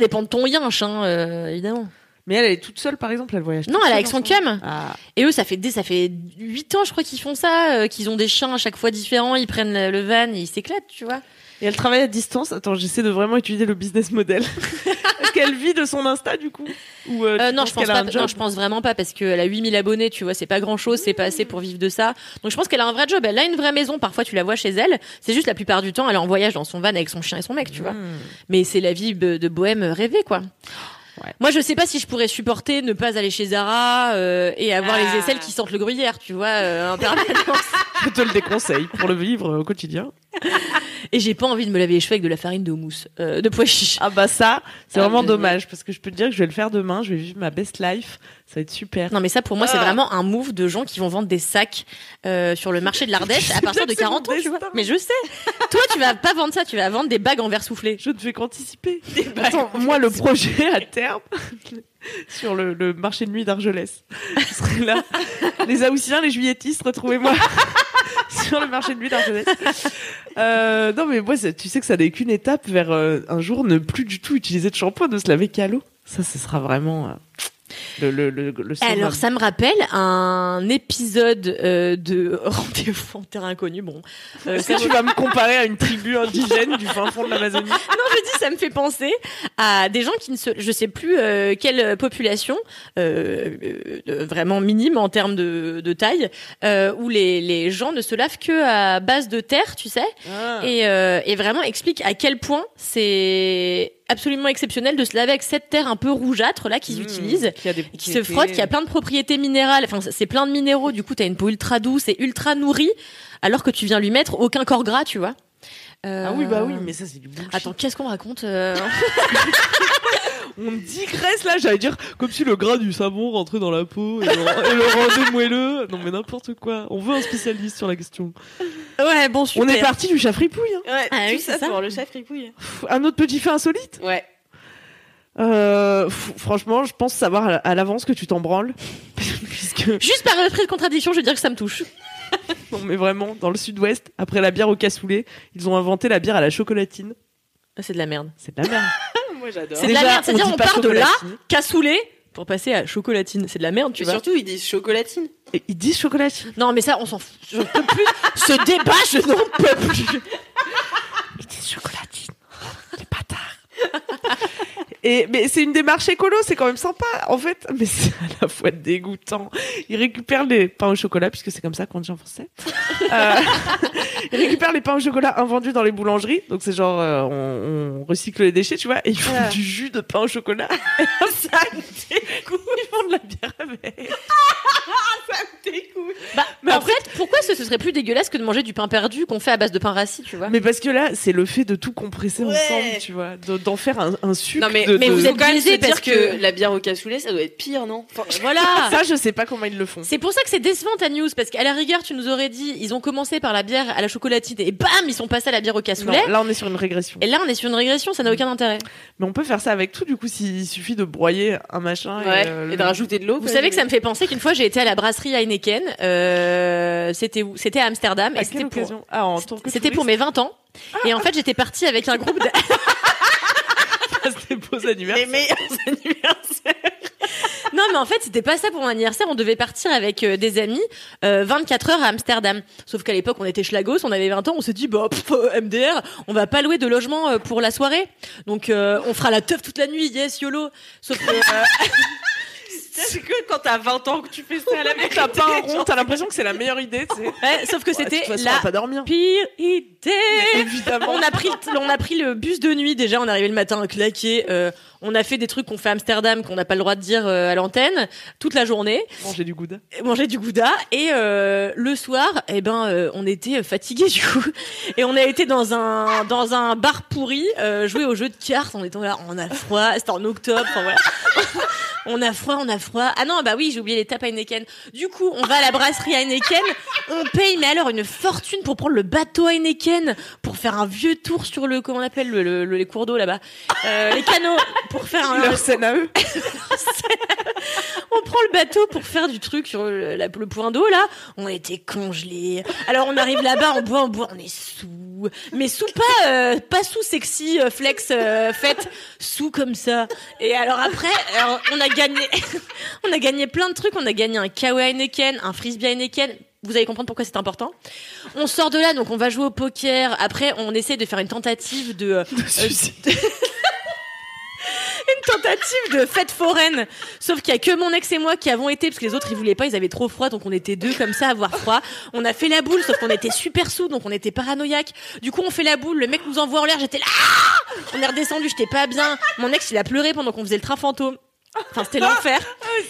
S3: dépend de ton yinche, hein, euh, évidemment.
S1: Mais elle, elle est toute seule, par exemple, elle voyage.
S3: Non,
S1: toute
S3: elle est
S1: seule
S3: avec son
S1: ensemble.
S3: cum.
S1: Ah,
S3: Et eux, ça fait des, ça fait huit ans, je crois, qu'ils font ça, euh, qu'ils ont des chiens à chaque fois différents, ils prennent le, le van, et ils s'éclatent, tu vois.
S1: Et elle travaille à distance. Attends, j'essaie de vraiment étudier le business model. Est-ce qu'elle vit de son Insta du coup Ou, euh,
S3: Euh,
S1: tu
S3: non,
S1: penses
S3: je pense
S1: qu'elle a
S3: pas.
S1: un job
S3: Non, je pense vraiment pas parce qu'elle a 8000 abonnés, tu vois, c'est pas grand chose, c'est pas assez pour vivre de ça. Donc je pense qu'elle a un vrai job, elle a une vraie maison. Parfois, tu la vois chez elle. C'est juste la plupart du temps, elle est en voyage dans son van avec son chien et son mec, tu vois.
S1: Hmm.
S3: Mais c'est la vie be- de bohème rêvée, quoi.
S1: Ouais.
S3: Moi, je sais pas si je pourrais supporter ne pas aller chez Zara euh, et avoir
S2: Ah.
S3: les aisselles qui sentent le gruyère, tu vois, euh, en permanence.
S1: Je te le déconseille pour le vivre euh, au quotidien.
S3: et j'ai pas envie de me laver les cheveux avec de la farine de mousse, euh, de pois chiche.
S1: Ah bah ça, c'est
S3: Ah,
S1: vraiment
S3: je-
S1: dommage parce que je peux te dire que je vais le faire demain. Je vais vivre ma best life. Ça va être super.
S3: Non, mais ça, pour moi, c'est
S1: Ah.
S3: vraiment un move de gens qui vont vendre des sacs euh, sur le marché de l'Ardèche à partir
S1: bien que
S3: de
S1: c'est
S3: 40 ans,
S1: mon
S3: tu vois.
S1: destin.
S3: Mais je sais. Toi, tu vas pas vendre ça, tu vas vendre des bagues en verre soufflé.
S1: Je ne fais qu'anticiper. Attends, moi le projet à terme sur le, le marché de nuit d'Argelès. Je serai là. les Haussiens, les Juilletistes, retrouvez-moi sur le marché de nuit d'Argelès. Euh, non mais moi, c'est- tu sais que ça n'est qu'une étape vers euh, un jour ne plus du tout utiliser de shampoing, de se laver qu'à l'eau. Ça, ce sera vraiment euh, le le le, le summum.
S3: Alors, ça me rappelle un épisode euh, de Rendez-vous en terrain inconnu. Bon, euh,
S1: Est-ce
S3: ça
S1: que tu vas me comparer à une tribu indigène du fin fond de l'Amazonie
S3: non, je dis, ça me fait penser à des gens qui ne se, je sais plus euh, quelle population, euh, euh, euh, vraiment minime en termes de, de taille, euh, où les, les gens ne se lavent que à base de terre, tu sais,
S1: Ah.
S3: et, euh, et vraiment explique à quel point c'est absolument exceptionnel de se laver avec cette terre un peu rougeâtre là qu'ils
S1: Mmh,
S3: utilisent.
S1: qui a des
S3: Qui se frotte, qui a plein de propriétés minérales, enfin c'est plein de minéraux, du coup t'as une peau ultra douce et ultra nourrie, alors que tu viens lui mettre aucun corps gras, tu vois. Euh,
S1: Ah oui bah oui, mais ça c'est du bullshit.
S3: Attends, qu'est-ce qu'on raconte euh,
S1: On digresse là, j'allais dire comme si le gras du savon rentrait dans la peau et le, et le rendu moelleux. Non mais n'importe quoi. On veut un spécialiste sur la question.
S3: Ouais, bon, super.
S1: On est parti du chat fripouille. hein.
S2: Ouais,
S3: Ah
S2: tout
S3: oui, c'est
S2: ça
S3: ça.
S2: pour le chef fripouille.
S1: Pff, Un autre petit fait insolite.
S2: Ouais.
S1: Euh, pff, franchement, je pense savoir à- à l'avance que tu t'en branles. Puisque,
S3: Juste par esprit de contradiction, je veux dire que ça me touche.
S1: non mais vraiment, dans le sud-ouest, après la bière au cassoulet, ils ont inventé la bière à la chocolatine.
S3: C'est de la merde.
S1: C'est de la merde.
S2: Ah, Moi j'adore.
S3: C'est de la
S1: Déjà,
S3: merde, c'est-à-dire
S1: dit
S3: on
S1: pas
S3: part de là,
S1: chocolatine.
S3: cassoulet, pour passer à chocolatine. C'est de la merde, tu
S2: Mais
S3: vois.
S2: surtout, ils disent chocolatine.
S1: Et Ils disent chocolatine.
S3: Non, mais ça, on s'en fout. Je peux plus. Ah, Ce débat, je n'en peux plus.
S1: Ils disent chocolatine. Les bâtards. Et, mais c'est une démarche écolo, c'est quand même sympa, en fait. Mais c'est à la fois dégoûtant. Ils récupèrent les pains au chocolat, puisque c'est comme ça qu'on dit en français. Euh, ils récupèrent les pains au chocolat invendus dans les boulangeries. Donc c'est genre, euh, on, on recycle les déchets, tu vois, et ils font
S3: Ouais.
S1: du jus de pain au chocolat. ça me dégoûte. Ils font de la bière avec. ça me dégoûte.
S3: Mais
S1: Mais
S3: Bah, en
S1: en
S3: fait, pourquoi ce, ce serait plus dégueulasse que de manger du pain perdu qu'on fait à base de pain rassis, tu vois
S1: Mais parce que là, c'est le fait de tout compresser
S2: Ouais.
S1: ensemble, tu vois, de- d'en faire un, un sucre.
S2: Non, mais,
S1: de-
S3: mais
S2: mais
S1: de-
S3: vous
S2: vous
S3: êtes
S2: êtes quand même se
S3: biaisés
S2: dire
S3: parce que-
S2: que... la bière au cassoulet, ça doit être pire, non Enfin,
S3: Voilà
S1: Ça, je sais pas comment ils le font.
S3: C'est pour ça que c'est décevant ta news, parce qu'à la rigueur, tu nous aurais dit, ils ont commencé par la bière à la chocolatine et bam, ils sont passés à la bière au
S1: Non,
S3: cassoulet.
S1: là, on est sur une régression.
S3: Et là, on est sur une régression, ça n'a aucun intérêt.
S1: Mais on peut faire ça avec tout, du coup, s'il suffit de broyer un machin.
S2: Ouais,
S1: et, euh,
S2: et
S1: le-
S2: de rajouter de l'eau.
S3: Vous
S2: quoi,
S3: savez que
S2: mais-
S3: ça me fait penser qu'une fois, j'ai été à la brasserie Heineken. Euh, c'était où C'était à Amsterdam.
S1: À
S3: et
S1: quelle
S3: c'était pour,
S1: occasion Ah, en tant que Ah.
S3: c'était pour mes 20 ans. Et en fait, j'étais partie avec un groupe. De...
S1: C'était beaux anniversaires.
S2: Les meilleurs anniversaires.
S3: Non, mais en fait, c'était pas ça pour mon anniversaire. On devait partir avec euh, des amis euh, 24 heures à Amsterdam. Sauf qu'à l'époque, on était schlagos, on avait 20 ans, on s'est dit bah pff, euh, MDR, on va pas louer de logement euh, pour la soirée. Donc euh, on fera la teuf toute la nuit, yes yolo. Sauf que euh,
S2: C'est que quand t'as 20 ans que tu fais ça à la
S1: T'as pas un rond, t'as l'impression que c'est la meilleure idée, tu sais.
S3: ouais, eh, sauf que c'était
S1: Ouais, de toute façon, on va
S3: la
S1: pas dormir.
S3: pire idée.
S1: Évidemment.
S3: On a pris, on a pris le bus de nuit déjà. On est arrivé le matin claqué. euh, on a fait des trucs qu'on fait à Amsterdam qu'on n'a pas le droit de dire euh, à l'antenne toute la journée.
S1: Manger du gouda.
S3: euh, Manger du gouda et euh, le soir, eh ben, euh, on était fatigués du coup et on a été dans un dans un bar pourri euh, jouer au jeu de cartes. On était là, on a froid. C'était en octobre. enfin, voilà. On a froid, on a froid. Ah non, bah oui, j'ai oublié les tapes Heineken. Du coup, on va à la brasserie Heineken. On paye, mais alors une fortune pour prendre le bateau Heineken, pour faire un vieux tour sur le, comment on appelle, le, le- le- les cours d'eau là-bas, Euh, les canaux, pour faire un.
S1: Leur scène à eux.
S3: On prend le bateau pour faire du truc sur le, la- le point d'eau là. On était congelés. Alors on arrive là-bas, on boit, on boit, on est sous. Mais sous pas, euh, pas sous sexy euh, flex euh, fête, sous comme ça. Et alors après, alors, on a gagné, on a gagné plein de trucs. On a gagné un kawaii Heineken, un frisbee Heineken. Vous allez comprendre pourquoi c'est important. On sort de là, donc on va jouer au poker. Après, on essaie de faire une tentative de euh, une tentative de fête foraine. Sauf qu'il y a que mon ex et moi qui avons été, parce que les autres ils voulaient pas, ils avaient trop froid, donc on était deux comme ça à avoir froid. On a fait la boule, sauf qu'on était super sous, donc on était paranoïaque. Du coup, on fait la boule, le mec nous envoie en l'air, j'étais là. Ah On est redescendu, j'étais pas bien. Mon ex il a pleuré pendant qu'on faisait le train fantôme. Enfin, c'était l'enfer.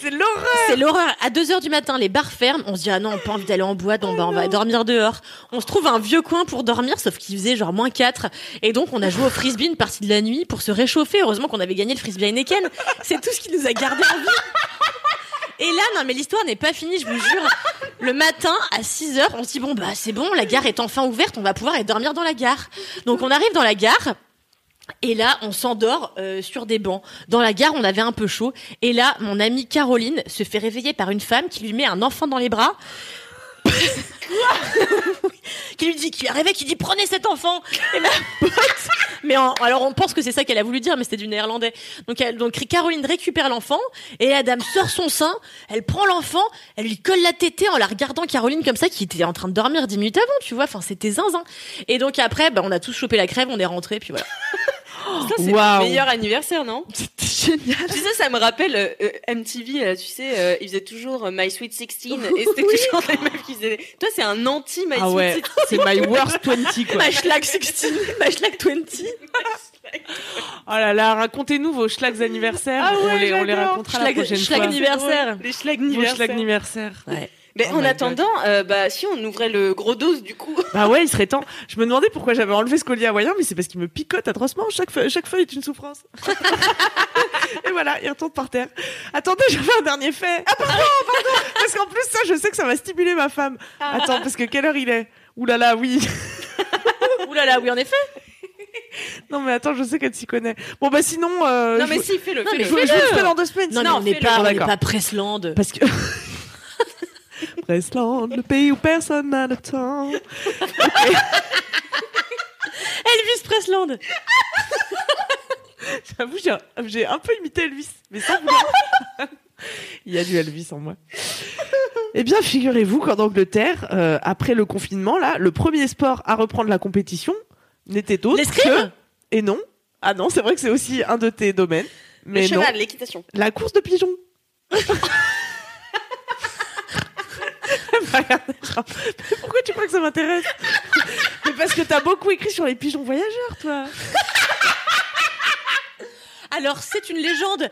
S1: C'est l'horreur.
S3: C'est l'horreur. À 2h du matin, les bars ferment. On se dit, ah non, on pas envie d'aller en boîte, bah, on, va, on va dormir dehors. On se trouve un vieux coin pour dormir, sauf qu'il faisait genre moins 4. Et donc, on a joué au frisbee une partie de la nuit pour se réchauffer. Heureusement qu'on avait gagné le frisbee Heineken. C'est tout ce qui nous a gardé en vie. Et là, non, mais l'histoire n'est pas finie, je vous jure. Le matin, à 6 heures, on se dit, bon, bah, c'est bon, la gare est enfin ouverte, on va pouvoir aller dormir dans la gare. Donc, on arrive dans la gare. Et là, on s'endort euh, sur des bancs. Dans la gare, on avait un peu chaud. Et là, mon amie Caroline se fait réveiller par une femme qui lui met un enfant dans les bras. qui lui dit, qui lui a rêvé, qui dit prenez cet enfant. Et ma pote, mais en- alors on pense que c'est ça qu'elle a voulu dire, mais c'était du néerlandais. Donc, elle, donc Caroline récupère l'enfant et la dame sort son sein, elle prend l'enfant, elle lui colle la tétée en la regardant Caroline comme ça, qui était en train de dormir dix minutes avant, tu vois. Enfin, c'était zinzin. Et donc après, bah, on a tous chopé la crève, on est rentrés, puis voilà.
S2: Ça, c'est
S1: Waouh.
S2: le meilleur anniversaire, non
S1: C'était génial.
S2: Tu sais, ça me rappelle euh, euh, MTV, là, tu sais, euh, ils faisaient toujours euh, My Sweet 16, et c'était toujours les meufs qui faisaient... des- Toi, c'est un anti-My
S1: Ah
S2: Sweet
S1: ouais,
S2: 16.
S1: c'est my worst 20 quoi.
S3: Ma schlag 16, ma schlag 20,
S1: Oh là là, racontez-nous vos schlags anniversaires.
S2: Ah
S1: on,
S2: ouais,
S1: les, on les
S2: j'adore.
S1: racontera la
S3: schlag,
S1: prochaine
S3: schlag
S1: fois.
S3: anniversaire.
S2: Les schlags
S1: Vos schlags anniversaires.
S2: Mais
S1: Oh my
S2: en
S1: God.
S2: attendant, euh, bah, si on ouvrait le gros dose, du coup...
S3: Euh,
S1: Bah ouais, il serait temps. Je me demandais pourquoi j'avais enlevé ce collier hawaïen, mais c'est parce qu'il me picote atrocement. Chaque feuille, chaque feuille est une souffrance. Et voilà, il retombe par terre. Attendez, j'avais un dernier fait. Ah pardon, pardon. Parce qu'en plus ça, je sais que ça va stimuler ma femme.
S2: Ah.
S1: Attends, parce que quelle heure il est Ouh là là, oui.
S3: Ouh là là, oui en effet.
S1: Non mais attends, je sais qu'elle s'y connaît. Bon bah sinon, euh,
S2: non,
S1: je
S2: mais
S1: vous-
S2: si, fais-le,
S3: Non, mais
S1: je
S2: fais-le.
S1: vous je vous le fais dans deux semaines.
S3: Non, mais
S1: sinon.
S3: on n'est
S2: fais-le.
S3: pas,
S1: Bon,
S3: on n'est
S1: d'accord.
S3: pas Presslande.
S1: Parce que. Presland, le pays où personne n'a le temps.
S3: Elvis Presslande.
S1: J'avoue, j'ai un, j'ai un peu imité Elvis, mais sans vouloir. Il y a du Elvis en moi. Eh bien, figurez-vous qu'en Angleterre, euh, après le confinement, là, le premier sport à reprendre la compétition n'était autre
S3: L'escrime
S1: que... Et non. Ah non, c'est vrai que c'est aussi un de tes domaines. Mais
S2: Le
S1: non.
S2: cheval, l'équitation.
S1: La course de pigeons. m'a regardé genre, Mais pourquoi tu crois que ça m'intéresse Mais parce que t'as beaucoup écrit sur les pigeons voyageurs, toi.
S3: Alors, c'est une légende,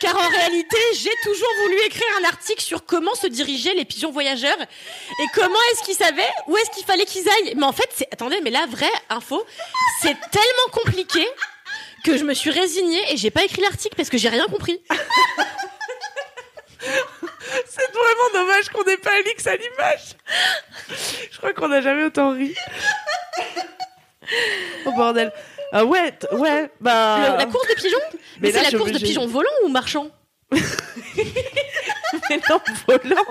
S3: car en réalité, j'ai toujours voulu écrire un article sur comment se dirigeaient les pigeons voyageurs et comment est-ce qu'ils savaient où est-ce qu'il fallait qu'ils aillent. Mais en fait, c'est- attendez, mais la vraie info, c'est tellement compliqué que je me suis résignée et j'ai pas écrit l'article parce que j'ai rien compris.
S1: C'est vraiment dommage qu'on n'ait pas Alix à l'image. Je crois qu'on n'a jamais autant ri. Oh bordel. Ah ouais, t- ouais, bah.
S3: Le- la course des pigeons
S1: Mais
S3: Mais,
S1: là, j'ai
S3: c'est la course de
S1: obligé.
S3: pigeons volants ou marchands
S1: Mais non, volant.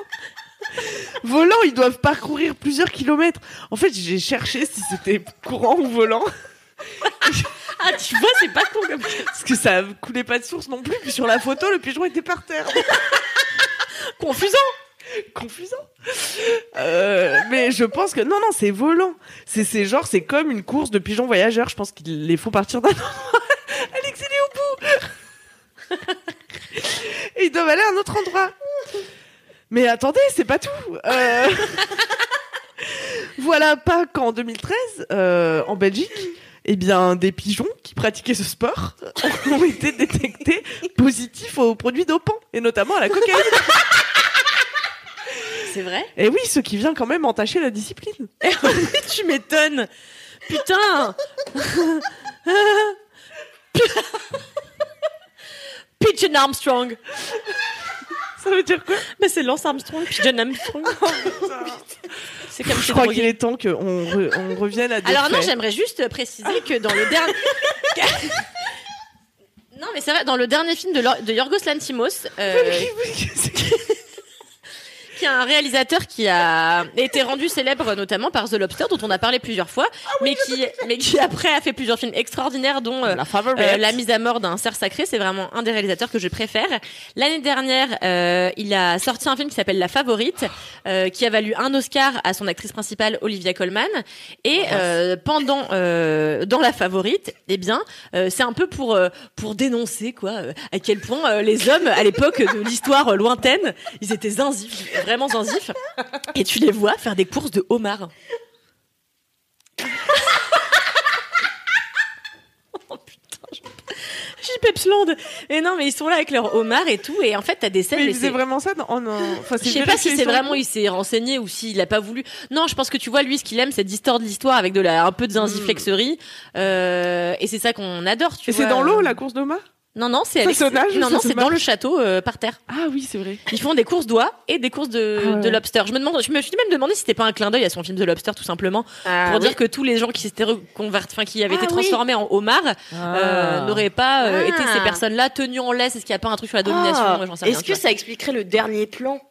S1: Volant, ils doivent parcourir plusieurs kilomètres. En fait, j'ai cherché si c'était courant ou volant,
S3: Ah, tu vois, c'est pas con comme
S1: parce que ça coulait pas de source non plus. Puis sur la photo, le pigeon était par terre.
S3: confusant.
S1: Confusant. Euh, mais je pense que non, non, c'est volant. C'est c'est genre, c'est comme une course de pigeons voyageurs. Je pense qu'ils les font partir d'un endroit. Alex, il est au bout. Et ils doivent aller à un autre endroit. Mais attendez, c'est pas tout. Euh, voilà pas qu'en 2013, euh, en Belgique, eh bien, des pigeons qui pratiquaient ce sport ont été détectés positifs aux produits dopants, et notamment à la cocaïne.
S3: C'est vrai
S1: Et Eh oui, ce qui vient quand même entacher la discipline.
S3: Tu m'étonnes. Putain. Pigeon Armstrong.
S1: Ça veut dire quoi Oh,
S3: Mais c'est Lance Armstrong, Pigeon Armstrong. c'est comme
S1: Je
S3: chez
S1: crois
S3: Drogué.
S1: qu'il est temps qu'on re- on revienne à des
S3: Alors non,
S1: faits.
S3: j'aimerais juste préciser que dans le dernier Non, mais c'est vrai, dans le dernier film de, Lor- de Yorgos Lanthimos, euh, qui est un réalisateur qui a été rendu célèbre notamment par The Lobster, dont on a parlé plusieurs fois, mais, qui, mais qui après a fait plusieurs films extraordinaires, dont euh,
S1: La favorite.
S3: euh, La mise à mort d'un cerf sacré. C'est vraiment un des réalisateurs que je préfère. L'année dernière, euh, il a sorti un film qui s'appelle La Favorite, euh, qui a valu un Oscar à son actrice principale Olivia Colman. Et euh, pendant euh, dans La Favorite, eh bien, euh, c'est un peu pour euh, pour dénoncer quoi, euh, à quel point euh, les hommes à l'époque de l'histoire euh, lointaine, ils étaient zinzifs, vraiment zinzifs. Et tu les vois faire des courses de homards. Oh putain, j'y Pepsland. Et non, mais ils sont là avec leur homard et tout. Et en fait, t'as des scènes.
S1: Mais
S3: mais
S1: il faisait
S3: c'est-
S1: vraiment ça dans- en, en- enfin,
S3: je sais
S1: une
S3: pas si c'est
S1: vérification.
S3: vraiment il s'est renseigné ou s'il a pas voulu. Non, je pense que tu vois lui ce qu'il aime, c'est distordre l'histoire avec de la un peu de zinziflexerie. Euh, et c'est ça qu'on adore, tu
S1: Hmm. Et
S3: vois.
S1: c'est dans l'eau la course d'Oma
S3: Non non, c'est
S1: Ça
S3: Alex-
S1: se nage ou
S3: Non
S1: ça
S3: non,
S1: se
S3: c'est dans
S1: marche
S3: le château euh, par terre.
S1: Ah oui, c'est vrai.
S3: Ils font des courses d'oies et des courses de,
S1: Ah ouais.
S3: de lobster. Je me demande, je me suis même demandé si c'était pas un clin d'œil à son film de lobster tout simplement pour dire que tous les gens qui s'étaient reconvertis, enfin qui avaient
S2: Ah
S3: été
S2: oui.
S3: transformés en homards euh, n'auraient pas euh,
S2: Ah.
S3: été ces personnes-là tenues en laisse. Est-ce qu'il y a pas un truc sur la domination
S2: Ah,
S3: Moi, j'en sais rien,
S2: Est-ce
S3: tu
S2: que
S3: vois.
S2: ça expliquerait le dernier plan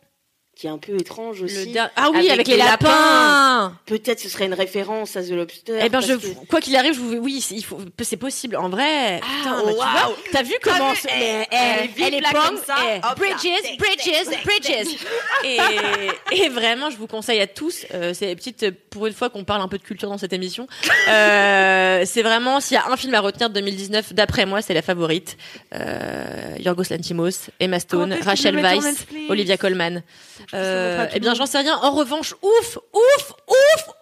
S2: qui est un peu étrange aussi
S3: Le der- Ah oui,
S2: Avec
S3: avec,
S2: les
S3: les
S2: lapins.
S3: lapins.
S2: Peut-être ce serait une référence à The Lobster.
S3: Eh ben
S2: parce
S3: je
S2: que-
S3: quoi qu'il arrive, je vous oui, c'est- il faut c'est possible en vrai. Putain,
S2: Ah,
S3: mais tu
S2: waouh.
S3: vois, t'as vu
S2: T'as
S3: comment
S2: vu,
S3: ce-
S2: eh,
S3: mais
S2: eh,
S3: elle,
S2: elle est vite
S3: elle est
S2: là,
S3: pomme,
S2: comme ça.
S3: eh,
S2: Hop là.
S3: bridges, bridges, bridges. Et, et vraiment, je vous conseille à tous, euh, c'est petite pour une fois qu'on parle un peu de culture dans cette émission. Euh, c'est vraiment s'il y a un film à retenir de 2019 d'après moi, c'est la favorite. Euh, Yorgos Lanthimos, Emma
S1: Quand
S3: Stone,
S1: est-ce que
S3: Rachel
S1: je vais mettre sur
S3: Weisz,
S1: Netflix
S3: Olivia Colman.
S1: que ça mettra
S3: Euh,
S1: tout
S3: eh
S1: le
S3: bien,
S1: monde.
S3: j'en sais rien. En revanche, ouf, ouf, ouf,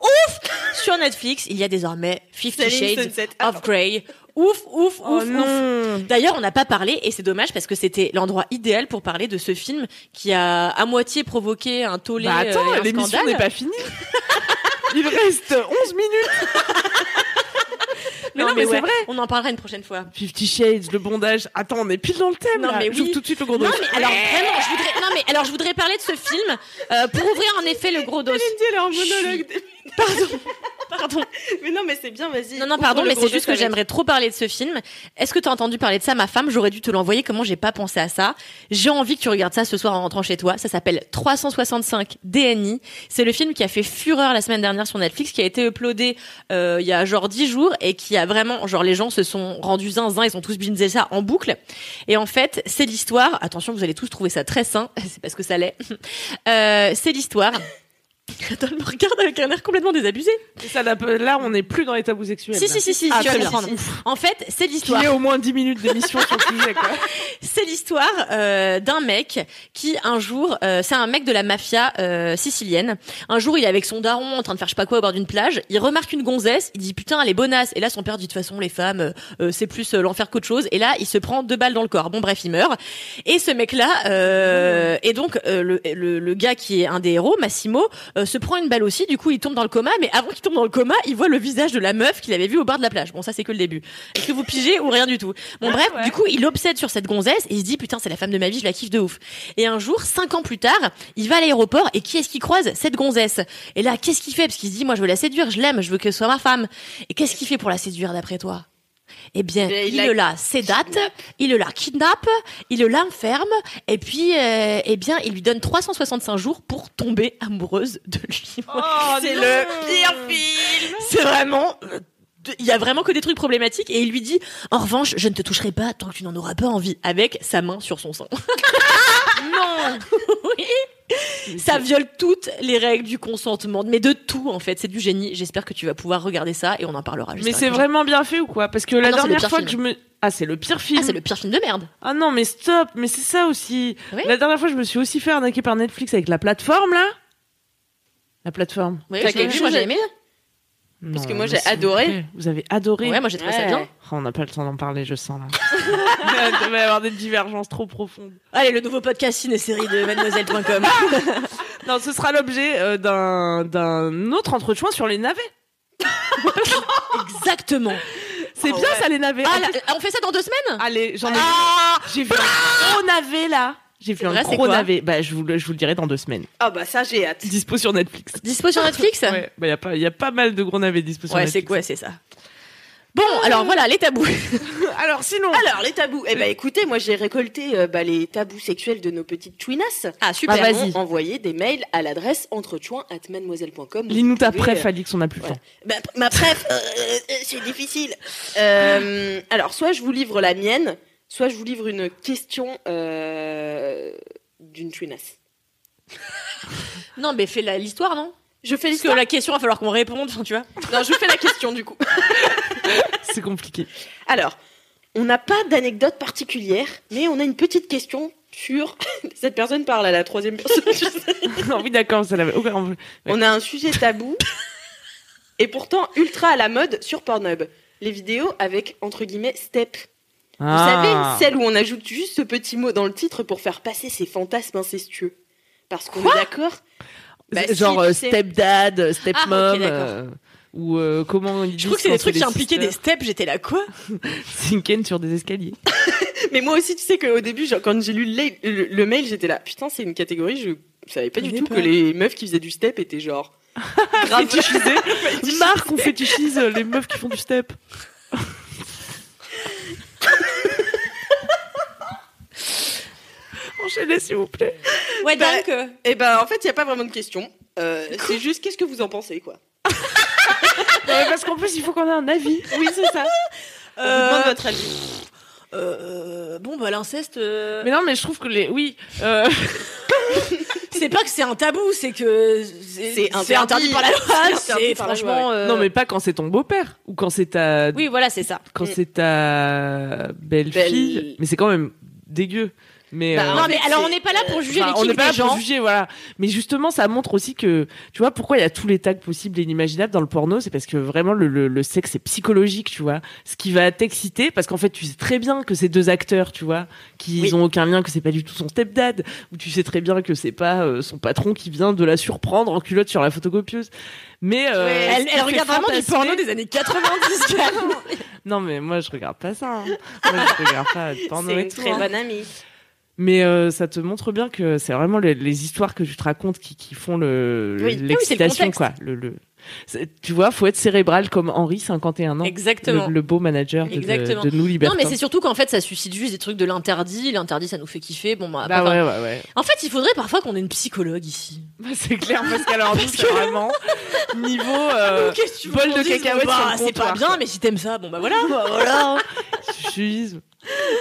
S3: ouf, sur Netflix, il y a désormais Fifty
S2: Selling
S3: Shades
S2: Sunset.
S3: of Grey. Ouf, ouf,
S1: Ah Oh
S3: ouf, ouf.
S1: non
S3: D'ailleurs, on n'a pas parlé, et c'est dommage parce que c'était l'endroit idéal pour parler de ce film qui a à moitié provoqué un tollé
S1: Bah attends,
S3: euh, et un
S1: l'émission
S3: scandale.
S1: n'est pas finie. Il reste 11 minutes. Mais non, mais, c'est
S3: ouais,
S1: vrai.
S3: On en parlera une prochaine fois.
S1: Fifty Shades, le bondage. Attends, on est pile dans le thème.
S3: Non,
S1: là.
S3: mais oui.
S1: J'ouvre tout de suite le gros
S3: Non,
S1: dossier.
S3: mais alors vraiment, je voudrais, non, mais alors je voudrais parler de ce film euh, pour ouvrir en effet le gros dos.
S2: elle est en
S3: Je suis-
S2: monologue.
S3: Pardon.
S2: Mais non, mais c'est bien, vas-y.
S3: Non, non,
S2: ouvre
S3: pardon,
S2: le
S3: mais
S2: gros
S3: c'est juste
S2: dos
S3: que
S2: avec-
S3: j'aimerais trop parler de ce film. Est-ce que t'as entendu parler de ça, ma femme J'aurais dû te l'envoyer. Comment j'ai pas pensé à ça J'ai envie que tu regardes ça ce soir en rentrant chez toi. Ça s'appelle 365 DNI. C'est le film qui a fait fureur la semaine dernière sur Netflix, qui a été uploadé euh, il y a genre 10 jours et qui a vraiment, genre, les gens se sont rendus zinzin. Ils ont tous bingé ça en boucle. Et en fait, c'est l'histoire. Attention, vous allez tous trouver ça très sain. C'est parce que ça l'est. Euh, c'est l'histoire Attends, me regarde avec un air complètement désabusé.
S1: Et ça, là, peu- là, on n'est plus dans les tabous sexuels.
S3: Si,
S1: là.
S3: si, si, si,
S1: Ah,
S3: tu vas
S1: très bien.
S3: comprendre. En fait, c'est
S1: Qu'il y
S3: l'histoire.
S1: ait au moins 10 minutes d'émission sur le sujet, quoi.
S3: C'est l'histoire euh, d'un mec qui un jour, euh, c'est un mec de la mafia euh, sicilienne. Un jour, il est avec son daron en train de faire je sais pas quoi au bord d'une plage. Il remarque une gonzesse. Il dit putain elle est bonasse. Et là, son père dit de toute façon les femmes euh, euh, c'est plus euh, l'enfer qu'autre chose. Et là, il se prend deux balles dans le corps. Bon bref, il meurt. Et ce mec-là, euh, et donc euh, le, le, le gars qui est un des héros, Massimo, euh, se prend une balle aussi. Du coup, il tombe dans le coma. Mais avant qu'il tombe dans le coma, il voit le visage de la meuf qu'il avait vue au bar de la plage. Bon, ça c'est que le début. Est-ce que vous pigez ou rien du tout Bon bref, du coup, il obsède sur cette gonzesse et il se dit putain, c'est la femme de ma vie, je la kiffe de ouf. Et un jour, cinq ans plus tard, il va à l'aéroport et qui est-ce qu'il croise Cette gonzesse. Et là, qu'est-ce qu'il fait Parce qu'il se dit moi, je veux la séduire, je l'aime, je veux que ce soit ma femme. Et qu'est-ce qu'il fait pour la séduire d'après toi eh bien,
S2: Eh,
S3: il,
S2: il la
S3: le la sédate, il le la kidnappe, il le l'enferme, et puis, euh, eh bien, il lui donne 365 jours pour tomber amoureuse de lui.
S1: c'est
S2: film
S3: C'est vraiment. euh, Il y a vraiment que des trucs problématiques et il lui dit en revanche je ne te toucherai pas tant que tu n'en auras pas envie avec sa main sur son sein. non. oui. Ça viole toutes les règles du consentement mais de tout en fait c'est du génie j'espère que tu vas pouvoir regarder ça et on en parlera. juste
S1: Mais
S3: après.
S1: c'est vraiment bien fait ou quoi Parce que la
S3: Ah non, c'est le
S1: dernière
S3: pire
S1: fois
S3: film.
S1: que je me. Ah, c'est le pire film.
S3: ah c'est le pire film de merde.
S1: Ah non, mais stop, mais c'est ça aussi.
S3: Oui.
S1: La dernière fois, je me suis aussi fait arnaquer par Netflix avec la plateforme, là. La plateforme.
S3: Oui,
S2: T'as
S3: je l'ai
S2: quelque
S3: vu, moi
S2: chose à-
S3: j'ai aimé. hein.
S1: Parce
S2: que moi, j'ai adoré.
S1: Vous avez adoré.
S3: Ouais moi j'ai trouvé ça
S2: Ouais.
S3: bien.
S1: Oh, on n'a pas le temps d'en parler, je sens là. Il va y avoir des divergences trop profondes.
S3: Allez le nouveau podcast ciné-série de mademoiselle.com.
S1: Non, ce sera l'objet euh, d'un d'un autre entretien sur les navets.
S3: Exactement.
S1: C'est bien ça, les navets.
S3: Ah,
S1: En
S3: là,
S1: plus-
S3: on fait ça dans deux semaines.
S1: Allez, j'en ai. J'ai vu un gros navet là. J'ai vu
S3: Ah C'est
S1: un
S3: vrai, c'est
S1: gros
S3: quoi
S1: navet. Bah, je vous, le, je vous le dirai dans deux semaines.
S2: Ah bah ça j'ai hâte.
S1: Dispo sur Netflix.
S3: Dispo sur Netflix.
S1: Ouais, bah, y a pas, y a pas mal de gros navets dispo sur
S3: Ouais, c'est
S1: Netflix.
S3: quoi, c'est ça. Bon, alors voilà, les tabous.
S1: Alors, sinon.
S2: Alors les tabous. Eh bah écoutez, moi j'ai récolté euh, bah, les tabous sexuels de nos petites chouinasses.
S3: Ah, super.
S2: Nous
S1: vas-y.
S2: avons envoyé des mails à l'adresse entrechoin@mademoiselle.com.
S1: Lis-nous ta
S2: Vous pouvez,
S1: préf,
S2: euh,
S1: Alix, on n'a plus le
S2: ouais.
S1: temps.
S2: bah, ma préf, euh, euh, c'est difficile. Euh, alors soit je vous livre la mienne, soit je vous livre une question euh, d'une chouinasse.
S3: Non, mais fais la- l'histoire, non
S2: Je fais
S3: Parce que
S2: l'histoire.
S3: la question, il va falloir qu'on réponde, enfin, tu vois.
S2: Non, je fais la question du coup.
S1: C'est compliqué.
S2: Alors, on n'a pas d'anecdote particulière, mais on a une petite question sur. Cette personne parle à la troisième personne. je sais.
S1: non, oui, d'accord, ça l'avait. aucun- on-
S2: on a un sujet tabou, et pourtant ultra à la mode sur Pornhub. Les vidéos avec, entre guillemets, step. Vous
S1: Ah.
S2: savez, celle où on ajoute juste ce petit mot dans le titre pour faire passer ses fantasmes incestueux. Parce qu'on est d'accord Bah, si,
S1: Genre
S2: tu
S1: euh,
S2: sais.
S1: stepdad, euh, stepmom.
S3: Ah, ok, d'accord.
S1: euh, ou euh, comment ils
S3: Je trouve que c'est des trucs qui impliquaient des steps, j'étais là, quoi
S1: Sinken sur des escaliers.
S2: Mais moi aussi, tu sais qu'au début, genre, quand j'ai lu le, la- le- le mail, j'étais là, putain, c'est une catégorie, je savais pas du
S3: Connais
S2: tout
S3: pas.
S2: que les meufs qui faisaient du step étaient genre. grave
S1: Fétichisé. Marc, on fétichise euh, les meufs qui font du step. Enchaînez, s'il vous plaît.
S3: Ouais,
S2: Bah,
S3: donc. euh,
S2: Et ben, en fait, il n'y a pas vraiment de question. Euh, c'est juste, qu'est-ce que vous en pensez, quoi
S1: Ouais, parce qu'en plus, il faut qu'on ait un avis.
S2: Oui, c'est ça. On vous demande votre avis.
S3: euh, bon, bah, l'inceste. euh,
S1: Mais non, mais je trouve que les. Oui. euh,
S3: C'est pas que c'est un tabou, c'est que. C'est
S2: C'est
S3: c'est interdit
S2: interdit.
S3: par la loi.
S2: C'est interdit
S3: C'est
S2: par la loi,
S3: franchement. euh,
S1: Non, mais pas quand c'est ton beau-père ou quand c'est ta
S3: Oui, voilà, c'est ça.
S1: quand
S2: Mm.
S1: c'est ta belle-fille,
S2: Belle-
S1: mais c'est quand même dégueu. Mais
S2: Bah,
S1: euh,
S3: Non,
S2: en
S3: mais
S2: fait,
S3: alors,
S2: c'est-
S3: on n'est pas là pour juger
S1: enfin, on
S3: les
S1: n'est
S3: kinks
S1: pas là
S3: des
S1: pour
S3: gens.
S1: juger, voilà. Mais justement, ça montre aussi que tu vois pourquoi il y a tous les tags possibles et inimaginables dans le porno, c'est parce que vraiment le, le, le sexe est psychologique, tu vois. Ce qui va t'exciter, parce qu'en fait, tu sais très bien que ces deux acteurs, tu vois, qu'ils
S2: Oui.
S1: ont aucun lien, que c'est pas du tout son stepdad, ou tu sais très bien que c'est pas euh, son patron qui vient de la surprendre en culotte sur la photocopieuse. Mais euh, ce
S2: Ouais,
S3: Elle,
S1: qui
S3: elle
S1: fait
S3: regarde vraiment du
S1: fantasmer-
S3: porno des années 90, Karine.
S1: non, mais moi, je regarde pas ça. hein. Moi, je regarde pas
S3: Oh,
S1: de porno
S2: C'est
S1: et
S2: une
S1: tout,
S2: très
S1: hein.
S2: bonne amie.
S1: Mais euh, ça te montre bien que c'est vraiment les, les histoires que tu te racontes qui, qui font le le-
S3: Oui. Ah oui, c'est le
S1: l'excitation,
S3: contexte.
S1: quoi. Le, le- c'est- Tu vois, faut être cérébral comme Henri, 51 ans.
S3: Exactement.
S1: Le, le beau manager de,
S3: Exactement.
S1: de, de nous
S3: Non,
S1: Libertins.
S3: mais c'est surtout qu'en fait, ça suscite juste des trucs de l'interdit. L'interdit, ça nous fait kiffer. Bon, bah,
S1: Bah
S3: enfin,
S1: ouais, ouais, ouais.
S3: En fait, il faudrait parfois qu'on ait une psychologue ici.
S1: Bah, c'est clair, parce qu'alors nous, c'est vraiment niveau euh, bol de cacahuètes sur le
S3: Bah, C'est pas
S1: comptoir,
S3: bien,
S1: quoi.
S3: mais si t'aimes ça, bon bah voilà.
S1: suffisme.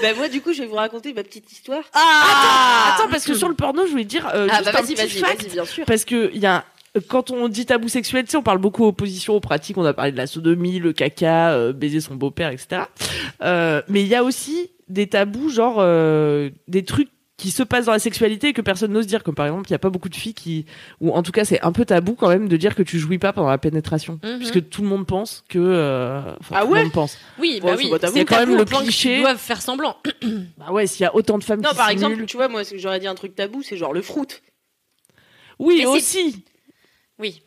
S2: Bah, moi, du coup, je vais vous raconter ma petite histoire.
S3: Ah bah,
S1: Attends, parce que sur le porno, je voulais dire euh,
S2: Ah,
S1: juste
S2: bah,
S1: un petit
S2: vas-y, vas-y,
S1: fact.
S2: vas-y, bien sûr.
S1: Parce que il y a quand on dit tabou sexuel, tu sais, on parle beaucoup opposition aux pratiques. On a parlé de la sodomie, le caca, euh, baiser son beau-père, etc. Euh, mais il y a aussi des tabous, genre euh, des trucs qui se passent dans la sexualité et que personne n'ose dire. Comme par exemple, il n'y a pas beaucoup de filles qui, ou en tout cas, c'est un peu tabou quand même de dire que tu jouis pas pendant la pénétration,
S3: Mhm.
S1: puisque tout le monde pense que. euh, enfin,
S2: Ah
S1: tout le
S2: ouais
S1: monde pense.
S3: Oui,
S1: Ouais,
S3: bah
S1: c'est
S3: oui.
S1: pas tabou.
S3: C'est
S1: Quand même
S3: tabou
S1: le
S3: au point qu'ils
S1: cliché.
S3: doivent faire semblant.
S1: Bah ouais, s'il y a autant de femmes
S2: Non,
S1: qui
S2: par
S1: simulent-
S2: exemple, tu vois, moi, ce que j'aurais dit un truc tabou, c'est genre le fruit.
S1: oui
S3: Mais c'est-
S1: aussi.
S3: Oui.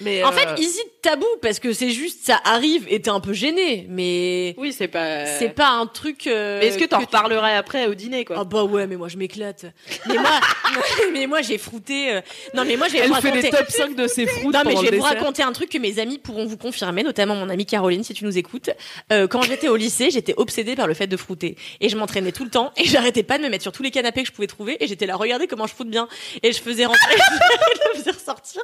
S1: Mais
S3: En
S1: euh,
S3: fait, ici tabou parce que c'est juste ça arrive et t'es un peu gêné, mais
S2: Oui, c'est pas.
S3: c'est pas un truc. euh,
S2: Mais est-ce que t'en
S3: tu-
S2: reparlerais après au dîner, quoi
S3: Ah bah ouais, mais moi je m'éclate. Mais moi, mais moi j'ai frouté. euh, Non mais moi j'ai
S1: elle fait
S3: raconté.
S1: les top 5 de ses fruits.
S3: Non
S1: pendant
S3: mais je
S1: le
S3: vais vous
S1: dessert.
S3: raconter un truc que mes amis pourront vous confirmer, notamment mon amie Caroline si tu nous écoutes. Euh, quand j'étais au lycée, j'étais obsédée par le fait de frouter et je m'entraînais tout le temps et j'arrêtais pas de me mettre sur tous les canapés que je pouvais trouver et j'étais là regardez comment je froute bien et je faisais rentrer, je le faisais ressortir.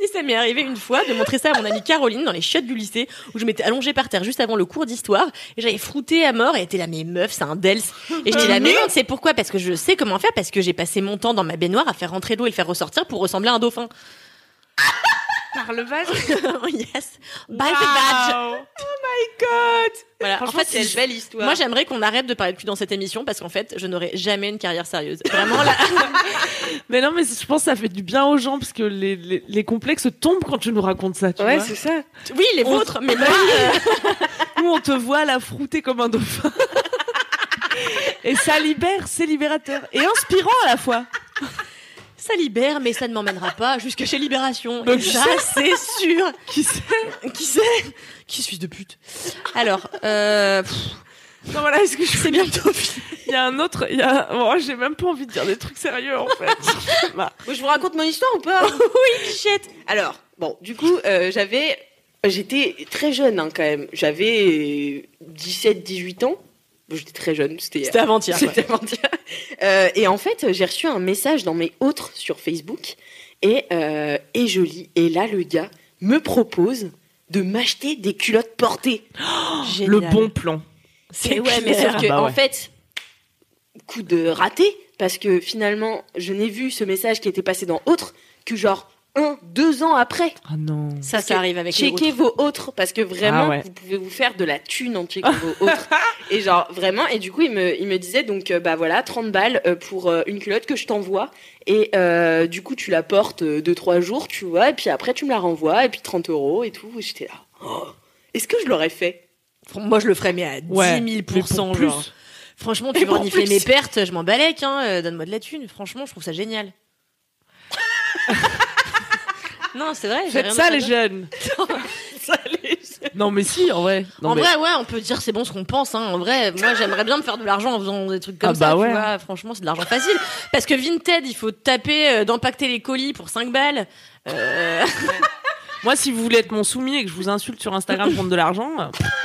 S3: Et ça m'est arrivé une fois de montrer ça à mon amie Caroline dans les chiottes du lycée où je m'étais allongée par terre juste avant le cours d'histoire et j'avais frouté à mort et elle était là mais meuf c'est un dels et j'étais là mais non c'est pourquoi parce que je sais comment faire parce que j'ai passé mon temps dans ma baignoire à faire rentrer l'eau et le faire ressortir pour ressembler à un dauphin. Oh,
S1: Par le vase.
S3: yes. By
S2: Bah,
S3: the badge.
S1: Oh my god.
S3: Voilà. En
S2: Franchement,
S3: fait,
S2: c'est
S3: je-
S2: une belle histoire.
S3: Moi, j'aimerais qu'on arrête de parler de cul dans cette émission parce qu'en fait, je n'aurai jamais une carrière sérieuse. Vraiment, là.
S1: Mais non, mais je pense que ça fait du bien aux gens parce que les, les, les complexes tombent quand tu nous racontes ça. Tu
S2: ouais,
S1: vois
S2: c'est ça.
S3: Oui, les
S1: On-
S3: vôtres, mais moi, euh,
S1: Nous, on te voit la frouter comme un dauphin. Et ça libère, c'est libérateur. Et inspirant à la fois.
S3: ça libère, mais ça ne m'emmènera pas jusque chez Libération.
S1: Donc,
S3: Et ça, c'est sûr. Qui sait Qui sait Qui suis de pute Alors, euh, pff,
S1: Non, voilà, est-ce que je
S3: c'est bientôt fini.
S1: Il y a un autre. Il y a... bon, j'ai même pas envie de dire des trucs sérieux en fait. Bah,
S2: Moi, je vous raconte mon histoire ou pas
S3: Bichette.
S2: Alors, bon, du coup, euh, j'avais. J'étais très jeune hein, quand même. J'avais 17-18 ans. Bon, J'étais très jeune, c'était.
S3: C'était avant-hier. quoi.
S2: C'était avant-hier. Euh, et en fait, j'ai reçu un message dans mes autres sur Facebook et, euh, et je lis. Et là, le gars me propose de m'acheter des culottes portées.
S1: Oh, le
S3: Génial.
S1: bon plan.
S3: C'est
S2: Et
S3: ouais, mais
S2: sauf
S3: sauf
S2: que,
S1: Ah bah
S2: en
S1: ouais.
S2: fait, coup de raté, parce que finalement, je n'ai vu ce message qui était passé dans autre que genre un, deux ans après.
S1: Ah non.
S3: que ça,
S2: Parce
S3: ça
S2: que
S3: arrive avec les
S2: Checkez vos autres, parce que vraiment,
S1: Ah ouais.
S2: vous pouvez vous faire de la thune en checkant vos autres. Et genre, vraiment, et du coup, il me, il me disait, donc, euh, bah voilà, 30 balles euh, pour euh, une culotte que je t'envoie. Et euh, du coup, tu la portes 2-3 jours, tu vois, et puis après, tu me la renvoies, et puis 30 euros et tout. Et j'étais là, oh, est-ce que je l'aurais fait
S3: autres. Moi, je le ferais, mais à 10
S1: mais
S3: 000
S1: pour plus.
S3: genre. Franchement,
S2: Mais
S3: tu veux
S2: pour
S3: renifler
S2: plus.
S3: mes pertes, je m'en balèque, hein, euh, donne-moi de la thune. Franchement, je trouve ça génial. non, c'est vrai. j'ai
S1: Faites
S3: rien
S1: ça
S3: d'autre à
S1: les
S3: dire.
S1: jeunes.
S2: Ça, les-
S1: Non mais si en vrai. Non,
S3: en
S1: mais-
S3: vrai, ouais, on peut dire c'est bon ce qu'on pense. Hein. En vrai, moi, j'aimerais bien me faire de l'argent en faisant des trucs comme
S1: Ah
S3: ça.
S1: bah
S3: tu
S1: ouais.
S3: vois. Franchement, c'est de l'argent facile. Parce que Vinted, il faut taper, euh, d'empacter les colis pour 5 balles. Euh,
S1: Moi, si vous voulez être mon soumis et que je vous insulte sur Instagram pour de l'argent,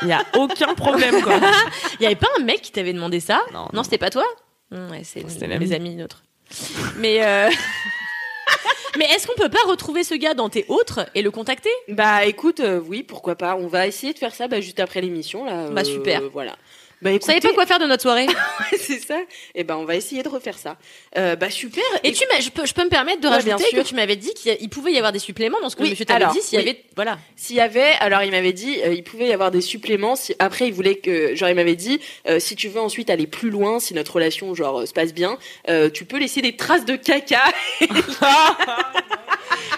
S1: il y a aucun problème quoi.
S3: Il y avait pas un mec qui t'avait demandé ça
S1: Non, non.
S3: c'était pas toi Hum, Ouais, c'est
S1: C'était
S3: mes
S1: l'ami.
S3: amis neutres. Mais euh, mais est-ce qu'on peut pas retrouver ce gars dans tes autres et le contacter
S2: Bah écoute, euh, oui, pourquoi pas. On va essayer de faire ça bah, juste après l'émission. là. euh,
S3: Bah, super.
S2: Voilà. Bah
S3: Vous
S2: écoutez,
S3: savez pas quoi faire de notre soirée
S2: c'est ça. Et ben on va essayer de refaire ça. Euh, bah super.
S3: Et tu m'as- je peux, je peux me permettre de
S2: Ouais, bien
S3: rajouter
S2: sûr.
S3: que tu m'avais dit qu'il y a- il pouvait y avoir des suppléments dans ce que
S2: Oui,
S3: monsieur t'avait
S2: alors,
S3: dit s'il y
S2: oui.
S3: avait voilà.
S2: S'il y avait, alors il m'avait dit, euh, il pouvait y avoir des suppléments. Si après il voulait que, genre il m'avait dit, euh, si tu veux ensuite aller plus loin, si notre relation genre euh, se passe bien, euh, tu peux laisser des traces de caca.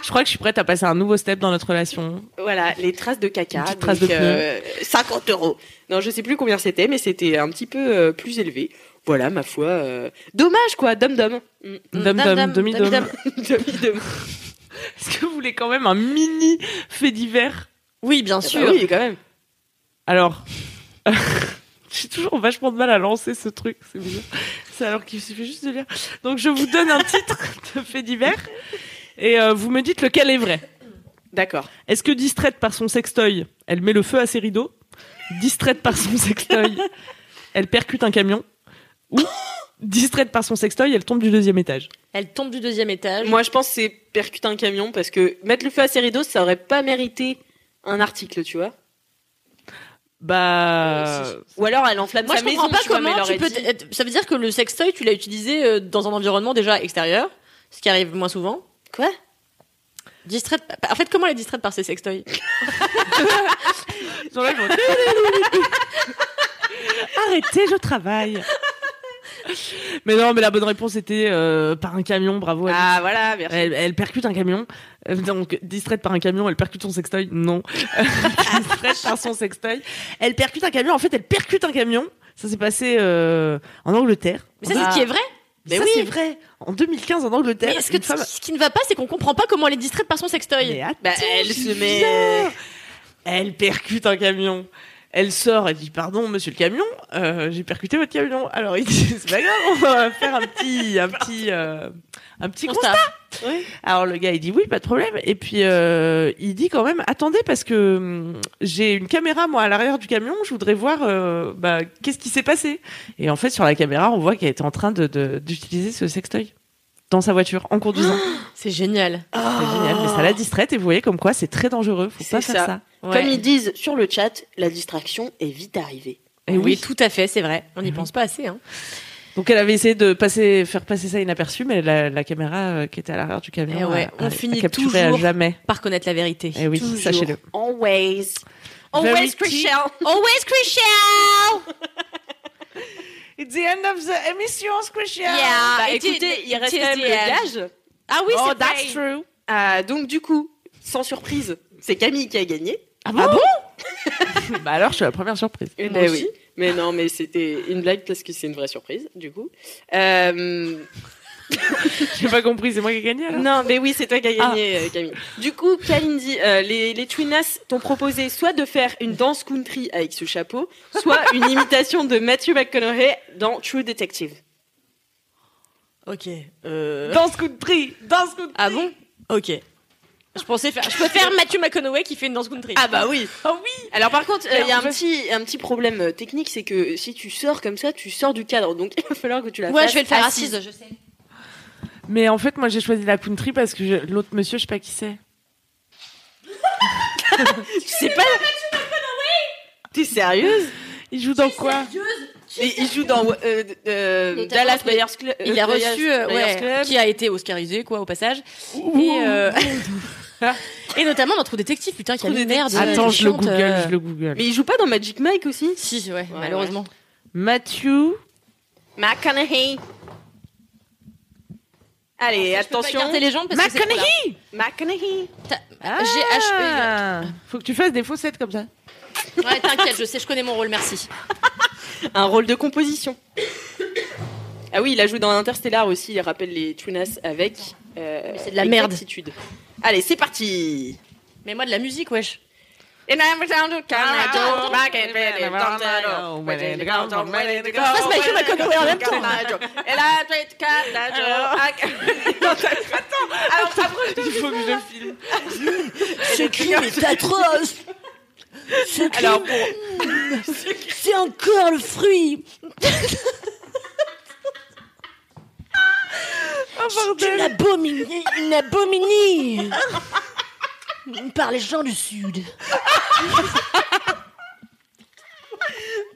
S1: Je crois que je suis prête à passer un nouveau step dans notre relation.
S2: voilà, les traces de caca.
S1: Une petite
S2: donc,
S1: trace de pneu.
S2: euh, 50 euros. Non, je sais plus combien c'était, mais c'était un petit peu euh, plus élevé. Voilà, ma foi. euh, Dommage quoi, dom dom. Mm.
S1: Dom
S3: Dame, dame,
S1: dom demi
S3: dame,
S1: dom.
S3: dame.
S2: Dom-dom.
S1: Est-ce que vous voulez quand même un mini fait divers
S3: Oui, bien
S2: Ah
S3: sûr.
S2: bah oui, quand même.
S1: Alors, j'ai toujours vachement de mal à lancer ce truc. C'est bizarre. C'est alors qu'il suffit juste de lire. Donc je vous donne un titre de fait divers et euh, vous me dites lequel est vrai.
S2: D'accord.
S1: Est-ce que distraite par son sextoy, elle met le feu à ses rideaux Distraite par son sextoy, elle percute un camion Ou distraite par son sextoy, elle tombe du deuxième étage
S3: Elle tombe du deuxième étage.
S2: Moi, je pense que c'est percuter un camion parce que mettre le feu à ses rideaux, ça aurait pas mérité un article, tu vois.
S1: Bah...
S2: Euh, Ou alors elle enflamme
S3: Moi,
S2: sa
S3: je
S2: maison.
S3: comprends pas
S2: tu vois, mais
S3: comment
S2: elle
S3: tu
S2: aurait
S3: peux.
S2: dit-
S3: t- Ça veut dire que le sextoy, tu l'as utilisé euh, dans un environnement déjà extérieur, ce qui arrive moins souvent.
S2: Quoi
S3: Distraite. En fait, comment elle est distraite par ses sextoys
S1: Ils sont là, ils font- Arrêtez, je travaille. Mais non, mais la bonne réponse était euh, par un camion, bravo. Alice.
S2: Ah voilà, merci.
S1: Elle, elle percute un camion, Euh, donc distraite par un camion, elle percute son sextoy, non. distraite par son sextoy. Elle percute un camion, en fait, elle percute un camion. Ça s'est passé euh, en Angleterre.
S3: Mais ça, c'est ce qui est vrai.
S1: Mais
S3: Mais
S1: ça,
S3: oui.
S1: c'est vrai. En 2015, en Angleterre,
S3: Mais est-ce que
S1: Bah, une femme-
S3: ce qui ne va pas, c'est qu'on comprend pas comment elle est distraite par son sextoy.
S1: Mais euh,
S2: Bah,
S1: attends,
S2: elle
S1: j'y
S2: se met-
S1: viens. Elle percute un camion. Elle sort, elle dit pardon monsieur le camion, euh, j'ai percuté votre camion. Alors il dit c'est pas grave, on va faire un petit un petit euh, un petit
S3: On
S1: constat. Alors le gars il dit oui pas de problème et puis euh, il dit quand même attendez parce que hum, j'ai une caméra moi à l'arrière du camion, je voudrais voir euh, bah, qu'est-ce qui s'est passé. Et en fait sur la caméra on voit qu'elle était en train de- de- d'utiliser ce sextoy dans sa voiture en conduisant.
S3: C'est génial.
S2: Oh.
S1: C'est génial, mais ça la distraite et vous voyez comme quoi c'est très dangereux, faut
S2: C'est
S1: pas faire ça.
S2: ça. Comme
S3: Ouais.
S2: ils disent sur le chat, la distraction est vite arrivée.
S1: Et
S3: Eh oui,
S1: Eh oui.
S3: tout à fait, c'est vrai.
S1: Mm-hmm.
S3: On n'y pense pas assez. Hein.
S1: Donc elle avait essayé de passer, faire passer ça inaperçu, mais la, la caméra euh, qui était à l'arrière du
S3: Eh
S1: camion,
S3: ouais,
S1: a-
S3: on
S1: a- a
S3: finit
S1: capturé à
S3: toujours-
S1: jamais.
S3: Par connaître la vérité.
S1: Et Eh oui,
S2: Toujours.
S1: sachez-le.
S2: Always.
S1: Very
S2: Always,
S1: cheap.
S2: Christian.
S3: Always crucial.
S1: It's the end of the emission, Squishy.
S3: Yeah.
S2: Bah,
S3: et
S2: écoutez,
S3: tu-
S2: il reste
S3: tu-
S2: quand même
S3: tu-
S2: le gage.
S3: Ah oui,
S1: Oh,
S3: c'est vrai.
S1: that's true.
S2: Ah, donc du coup, sans surprise, c'est Camille qui a gagné.
S1: Ah bon, Bah alors, je suis la première surprise.
S2: Eh
S3: Moi aussi.
S2: oui. Mais non, mais c'était une blague parce que c'est une vraie surprise, du coup. Euh,
S1: J'ai pas compris, c'est moi qui ai gagné alors.
S2: non, mais oui, c'est toi qui as
S1: Ah.
S2: gagné, euh, Camille. Du coup, Kalindi, euh, les, les Twinas t'ont proposé soit de faire une danse country avec ce chapeau, soit une imitation de Matthew McConaughey dans True Detective.
S3: Ok. euh,
S1: Dans ce coup de prix, dans ce coup de prix.
S3: Ah bon Ok. Je pensais faire. Je peux faire Mathieu McConaughey qui fait une danse country.
S2: Ah bah oui
S3: Ah oui.
S2: Alors par contre, euh, il y a un
S3: je-
S2: petit, un petit problème euh, technique, c'est que si tu sors comme ça, tu sors du cadre, donc il va falloir que tu la
S3: Ouais,
S2: fasses
S3: je vais le faire
S2: assise.
S3: assise. Je sais.
S1: Mais en fait, moi, j'ai choisi la country parce que je- l'autre monsieur, je sais pas qui c'est.
S2: Tu sais pas T'es sérieuse
S1: Il joue dans quoi
S2: Mais il joue dans euh, euh,
S3: Il est
S2: Dallas
S3: d'accord, mais
S2: Buyers Club.
S3: Il a
S2: euh,
S3: reçu,
S2: Buyers-
S3: euh,
S2: Buyers
S3: ouais,
S2: Club.
S3: qui a été Oscarisé, quoi, au passage. Et, euh, et notamment notre détective, putain, qui a
S2: Trou
S3: une merde.
S2: Détective.
S3: euh,
S1: Attends,
S3: qui
S1: je le
S3: chante,
S1: google,
S3: euh,
S1: je le google.
S2: Mais il joue pas dans Magic Mike aussi
S3: Si, ouais,
S2: Ouais,
S3: malheureusement.
S1: Matthew
S2: McConaughey. Allez, attention.
S3: Je peux pas dire gens parce que c'est trop là.
S2: McConaughey.
S3: Ta-
S1: Ah.
S3: G-H-E-Y.
S1: Faut que tu fasses des faussettes comme ça.
S3: Ouais, t'inquiète, je sais, je connais mon rôle, merci.
S2: Un rôle de composition. Ah oui, il a joué dans Interstellar aussi, il rappelle les Tunas avec. euh,
S3: c'est de la merde.
S2: exactitude. Allez, c'est parti.
S3: Mais moi, de la musique, wesh.
S1: Passe Mathieu
S2: Ah,
S3: Ah, McConaughey en même temps.
S1: Il faut que je filme.
S4: Ce crime est atroce. Ce crime,
S2: Alors pour,
S4: c'est encore le fruit. Une abominie, une abominie par les gens du Sud.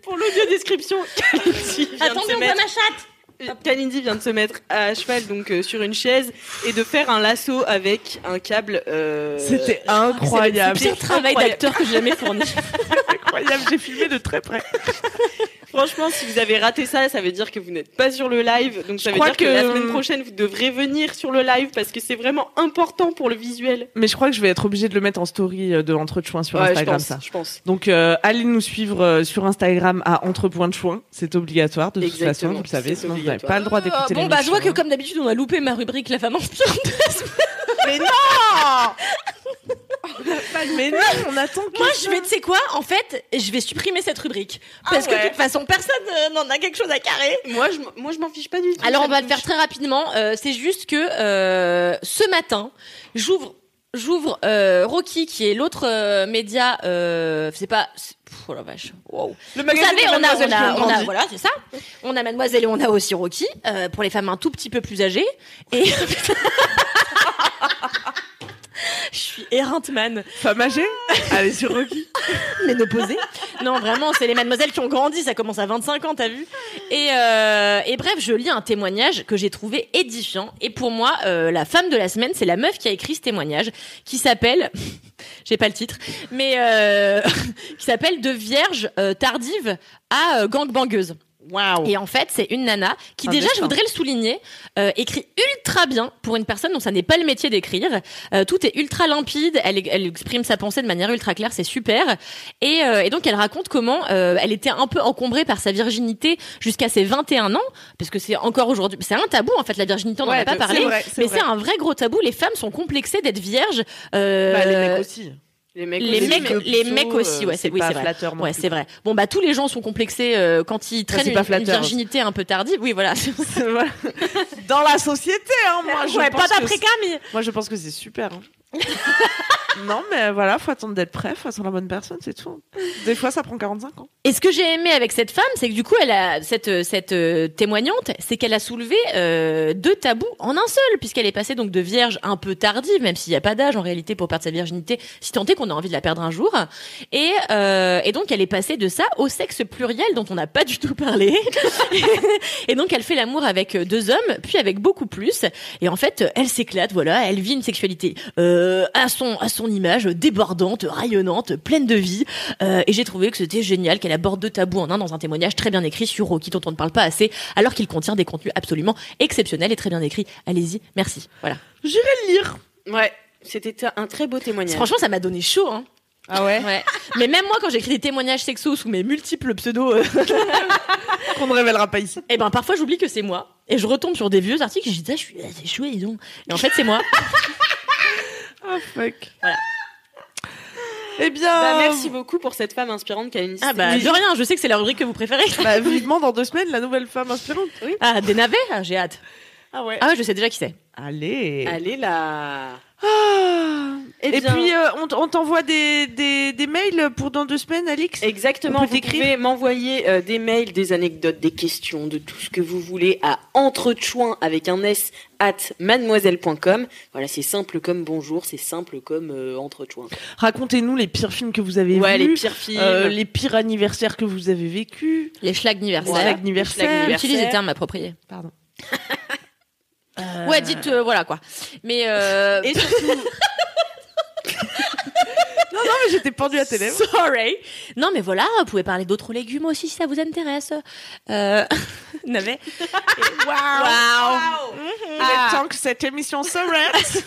S2: pour l'audio description, Kalindi vient, de se
S3: Attendez, on voit
S2: mettre, Euh,
S3: ma chatte.
S2: Kalindi vient de se mettre à cheval donc euh, sur une chaise et de faire un lasso avec un câble. euh,
S1: C'était incroyable.
S3: C'est Ah le travail
S2: incroyable.
S3: d'acteur que j'ai jamais fourni.
S1: incroyable, j'ai filmé de très près.
S2: Franchement, si vous avez raté ça, ça veut dire que vous n'êtes pas sur le live. Donc ça veut
S1: crois
S2: dire que... la
S1: que-
S2: semaine prochaine, vous devrez venir sur le live parce que c'est vraiment important pour le visuel.
S1: Mais je crois que je vais être obligée de le mettre en story euh, de entre de Chouin sur
S2: Ouais, je
S1: Instagram,
S2: pense.
S1: ça.
S2: Je pense.
S1: Donc euh, allez nous suivre euh, sur Instagram à entre points de Chouin. C'est obligatoire de toute
S2: Exactement,
S1: façon, vous le savez,
S2: c'est
S1: sinon vous n'avez
S2: obligatoire.
S1: pas le droit
S3: Ah,
S1: d'écouter hein.
S3: Bon,
S1: les
S3: bah, je vois que
S1: machins.
S3: comme d'habitude, on a loupé ma rubrique La femme enceinte.
S1: Mais non Mais non, on attend que
S3: Moi, je vais, tu sais quoi En fait, je vais supprimer cette rubrique. Parce que de
S2: ouais.
S3: toute façon, personne euh, n'en a quelque chose à carrer.
S2: Moi, je, m- moi, je m'en fiche pas du tout.
S3: Alors
S2: ça
S3: on va
S2: me
S3: le faire
S2: touche.
S3: très rapidement. Euh, c'est juste que euh, ce matin, j'ouvre j'ouvre euh, Rocky qui est l'autre euh, média. Euh, c'est pas. c'est- pff, oh la vache. Wow.
S1: le
S3: Vous savez, on a, on a, on a-
S1: a...
S3: voilà, c'est ça. On a Mademoiselle et on a aussi Rocky euh, pour les femmes un tout petit peu plus âgées. Et je suis éreinte man.
S1: Femme âgée Allez sur Rocky.
S3: mais ne posez. Non, vraiment, c'est les mademoiselles qui ont grandi, ça commence à 25 ans, t'as vu et, euh, et bref, je lis un témoignage que j'ai trouvé édifiant. Et pour moi, euh, la femme de la semaine, c'est la meuf qui a écrit ce témoignage, qui s'appelle... J'ai pas le titre, mais euh, qui s'appelle De vierge euh, tardive à euh, gangbangueuse.
S1: Waouh.
S3: Et en fait, c'est une nana qui,
S1: Un
S3: déjà, je
S1: destin.
S3: voudrais le souligner, euh, écrit ultra bien pour une personne dont ça n'est pas le métier d'écrire. Euh, tout est ultra limpide, elle, elle exprime sa pensée de manière ultra claire, c'est super. Et, euh, et donc, elle raconte comment euh, elle était un peu encombrée par sa virginité jusqu'à ses 21 ans, parce que c'est encore aujourd'hui, c'est un tabou en fait, la virginité, on n'en a
S1: Ouais,
S3: pas
S1: c'est
S3: parlé.
S1: vrai, c'est
S3: mais
S1: vrai.
S3: c'est un vrai gros tabou, les femmes sont complexées d'être vierges. euh,
S1: Bah, les mecs aussi.
S2: Les mecs,
S3: les
S2: aussi,
S3: mecs-
S2: mais-
S1: hôpitaux,
S3: les mecs aussi, ouais, c'est- oui,
S1: pas
S3: c'est vrai.
S1: flatteur non
S3: Ouais,
S1: hein, plus.
S3: c'est vrai. Bon, bah tous les gens sont complexés euh, quand ils
S1: c'est
S3: traînent
S1: pas
S3: une, une
S1: flatteur.
S3: virginité un peu tardive. Oui, voilà.
S1: Voilà. Dans la société, hein, moi, je
S3: Ouais,
S1: pense
S3: pas
S1: que
S3: d'après
S1: c'est-
S3: Camille.
S1: Moi, je pense que c'est super. hein. non, mais voilà, faut attendre d'être prêt, faut attendre la bonne personne, c'est tout. Des fois, ça prend 45 ans.
S3: Et ce que j'ai aimé avec cette femme, c'est que du coup, elle a cette euh, cette euh, témoignante, c'est qu'elle a soulevé euh, deux tabous en un seul, puisqu'elle est passée donc de vierge un peu tardive, même s'il n'y a pas d'âge en réalité pour perdre sa virginité, si tant est qu'on a envie de la perdre un jour. Et euh, et donc elle est passée de ça au sexe pluriel dont on n'a pas du tout parlé. et donc elle fait l'amour avec euh, deux hommes, puis avec beaucoup plus. Et en fait, euh, elle s'éclate, voilà, elle vit une sexualité euh, à son à son image, euh, débordante, rayonnante, euh, pleine de vie. Euh, et j'ai trouvé que c'était génial qu'elle aborde deux tabous en un dans un témoignage très bien écrit sur Rocky dont on ne parle pas assez, alors qu'il contient des contenus absolument exceptionnels et très bien écrits. Allez-y, merci. Voilà.
S1: J'irai le lire.
S2: Ouais, c'était un très beau témoignage.
S3: Franchement, ça m'a donné chaud. Hein.
S1: Ah ouais
S3: Ouais. Mais même moi, quand j'écris des témoignages sexos sous mes multiples pseudos. euh,
S1: Qu'on ne révélera pas ici.
S3: Eh ben parfois j'oublie que c'est moi et je retombe sur des vieux articles et je dis ah, je suis assez chouette dis donc. Et en fait c'est moi.
S1: Ah fuck.
S3: Voilà.
S1: Eh bien.
S2: Bah, merci beaucoup pour cette femme inspirante qui a une
S3: Ah
S2: histoire.
S3: bah de rien, je sais que c'est la rubrique que vous préférez.
S1: bah, vivement dans deux semaines, la nouvelle femme inspirante. Oui.
S3: Ah des navets, Ah, j'ai hâte.
S1: Ah ouais.
S3: Ah ouais, je sais déjà qui c'est.
S1: Allez.
S2: Allez là.
S1: Ah.
S2: Eh
S1: Et
S2: bien-
S1: puis, euh, on, t- on t'envoie des, des, des mails pour dans deux semaines, Alix
S2: Exactement,
S1: On peut
S2: vous
S1: t'écrire
S2: pouvez m'envoyer euh, des mails, des anecdotes, des questions, de tout ce que vous voulez à entrechoin avec un s at mademoiselle.com. Voilà, c'est simple comme bonjour, c'est simple comme euh, entrechoin.
S1: Racontez-nous les pires films que vous avez
S2: Ouais,
S1: vus.
S2: les pires films.
S1: euh, les pires anniversaires que vous avez vécu.
S3: Les
S1: Ah,
S3: schlags
S1: Les
S3: anniversaires.
S1: anniversaires.
S2: anniversaires.
S3: Utilise les termes appropriés.
S1: Pardon.
S3: Ouais, dites euh, voilà quoi. Mais euh...
S2: Et surtout,
S1: Non, non, Ah, mais j'étais pendue à tes lèvres.
S3: Sorry. Non mais voilà, vous pouvez parler d'autres légumes aussi si ça vous intéresse. Euh... Navet. Waouh.
S1: Il est temps que cette émission s'arrête.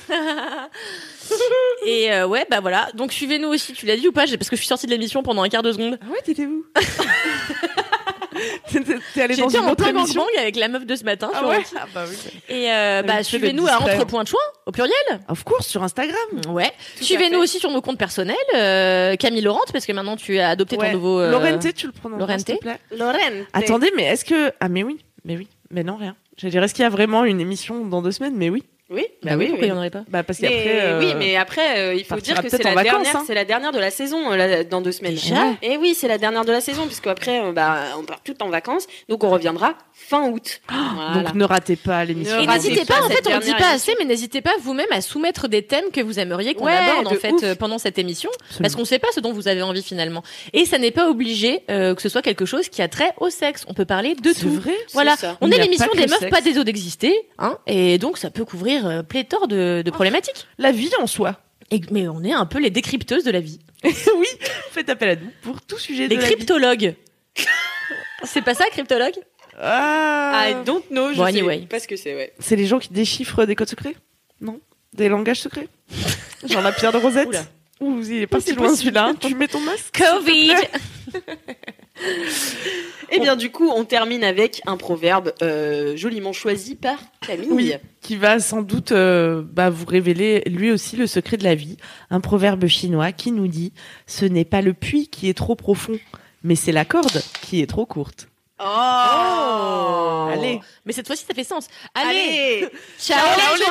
S3: Et euh, ouais bah voilà. Donc suivez-nous aussi. Tu l'as dit ou pas J'ai- Parce que je suis sortie de l'émission pendant un quart de seconde.
S1: Ah ouais, t'étais où T'es- T'es t'es allée dans
S3: J'étais
S1: une
S3: en
S1: autre
S3: plein
S1: émission
S3: gangbang avec la meuf de ce matin.
S1: Ah
S3: sur-
S1: ouais Ah bah oui.
S3: Et euh, bah,
S1: Elle fait le
S3: suivez-nous à
S1: discret.
S3: Entre Points de Choix, au pluriel.
S1: Of course, sur Instagram.
S3: Ouais.
S2: à
S3: Suivez-nous
S2: fait.
S3: aussi sur nos comptes personnels. euh, Camille Laurent, parce que maintenant tu as adopté
S1: Ouais.
S3: ton nouveau. euh,
S1: Laurenté, tu le prononces
S3: Laurenté
S1: s'il te plaît.
S2: Lorraine.
S1: Attendez, mais est-ce que. Ah, mais oui, mais oui, mais non, rien. J'allais dire, est-ce qu'il y a vraiment une émission dans deux semaines Mais oui.
S2: Oui,
S3: Bah, oui, pourquoi il n'y en aurait pas
S1: Bah, parce
S2: Mais,
S1: qu'après. euh,
S2: Oui, mais après, euh, il faut
S1: partira
S2: dire que c'est
S1: peut-être
S2: la,
S1: en vacances,
S2: dernière,
S1: hein.
S2: c'est la dernière de la saison euh, là, dans deux semaines.
S3: Déjà
S2: Et oui, c'est la dernière de la saison, puisque après, euh, bah, on part tout en vacances, donc on reviendra fin août. Voilà.
S1: Ah, Donc ne ratez pas l'émission.
S2: Ne
S3: Et
S2: ratez
S3: n'hésitez pas, en
S2: cette
S3: fait, on le dit
S2: dernière
S3: pas
S2: émission.
S3: assez, mais n'hésitez pas vous-même à soumettre des thèmes que vous aimeriez qu'on
S2: Ouais,
S3: aborde, en
S2: de
S3: fait,
S2: ouf.
S3: euh, pendant cette émission.
S1: Absolument.
S3: Parce qu'on sait pas ce dont vous avez envie finalement. Et ça n'est pas obligé euh, que ce soit quelque chose qui a trait au sexe. On peut parler de
S1: C'est
S3: tout.
S1: vrai
S2: C'est
S3: Voilà,
S2: ça.
S3: on
S1: Il
S3: est
S1: n'y a
S3: l'émission
S1: pas que
S3: des
S1: le
S3: meufs
S1: sexe.
S3: pas des os d'exister, hein, et donc ça peut couvrir euh, pléthore de, de problématiques.
S1: La vie en soi.
S3: Et- mais on est un peu les décrypteuses de la vie,
S1: oui, faites appel à nous pour tout sujet
S3: les
S1: de la vie.
S3: cryptologues. C'est pas ça, cryptologue
S1: Ah,
S2: I don't know, je
S3: Bon,
S2: sais
S3: anyway.
S2: pas ce que c'est, ouais.
S1: C'est les gens qui déchiffrent des codes secrets Non Des langages secrets Genre la pierre de Rosette
S3: Oula.
S1: Ouh, il est pas
S3: Oui,
S1: si
S3: c'est
S1: loin
S3: possible.
S1: celui-là. Tu mets ton masque
S3: Covid.
S2: Eh bien, du coup, on termine avec un proverbe euh, joliment choisi par Camille.
S1: Oui. Qui va sans doute euh, bah, vous révéler lui aussi le secret de la vie. Un proverbe chinois qui nous dit Ce n'est pas le puits qui est trop profond, mais c'est la corde qui est trop courte.
S2: Oh,
S1: Allez
S3: Oh. Mais cette fois-ci, ça fait sens. Allez,
S2: Allez
S3: ciao, les gens.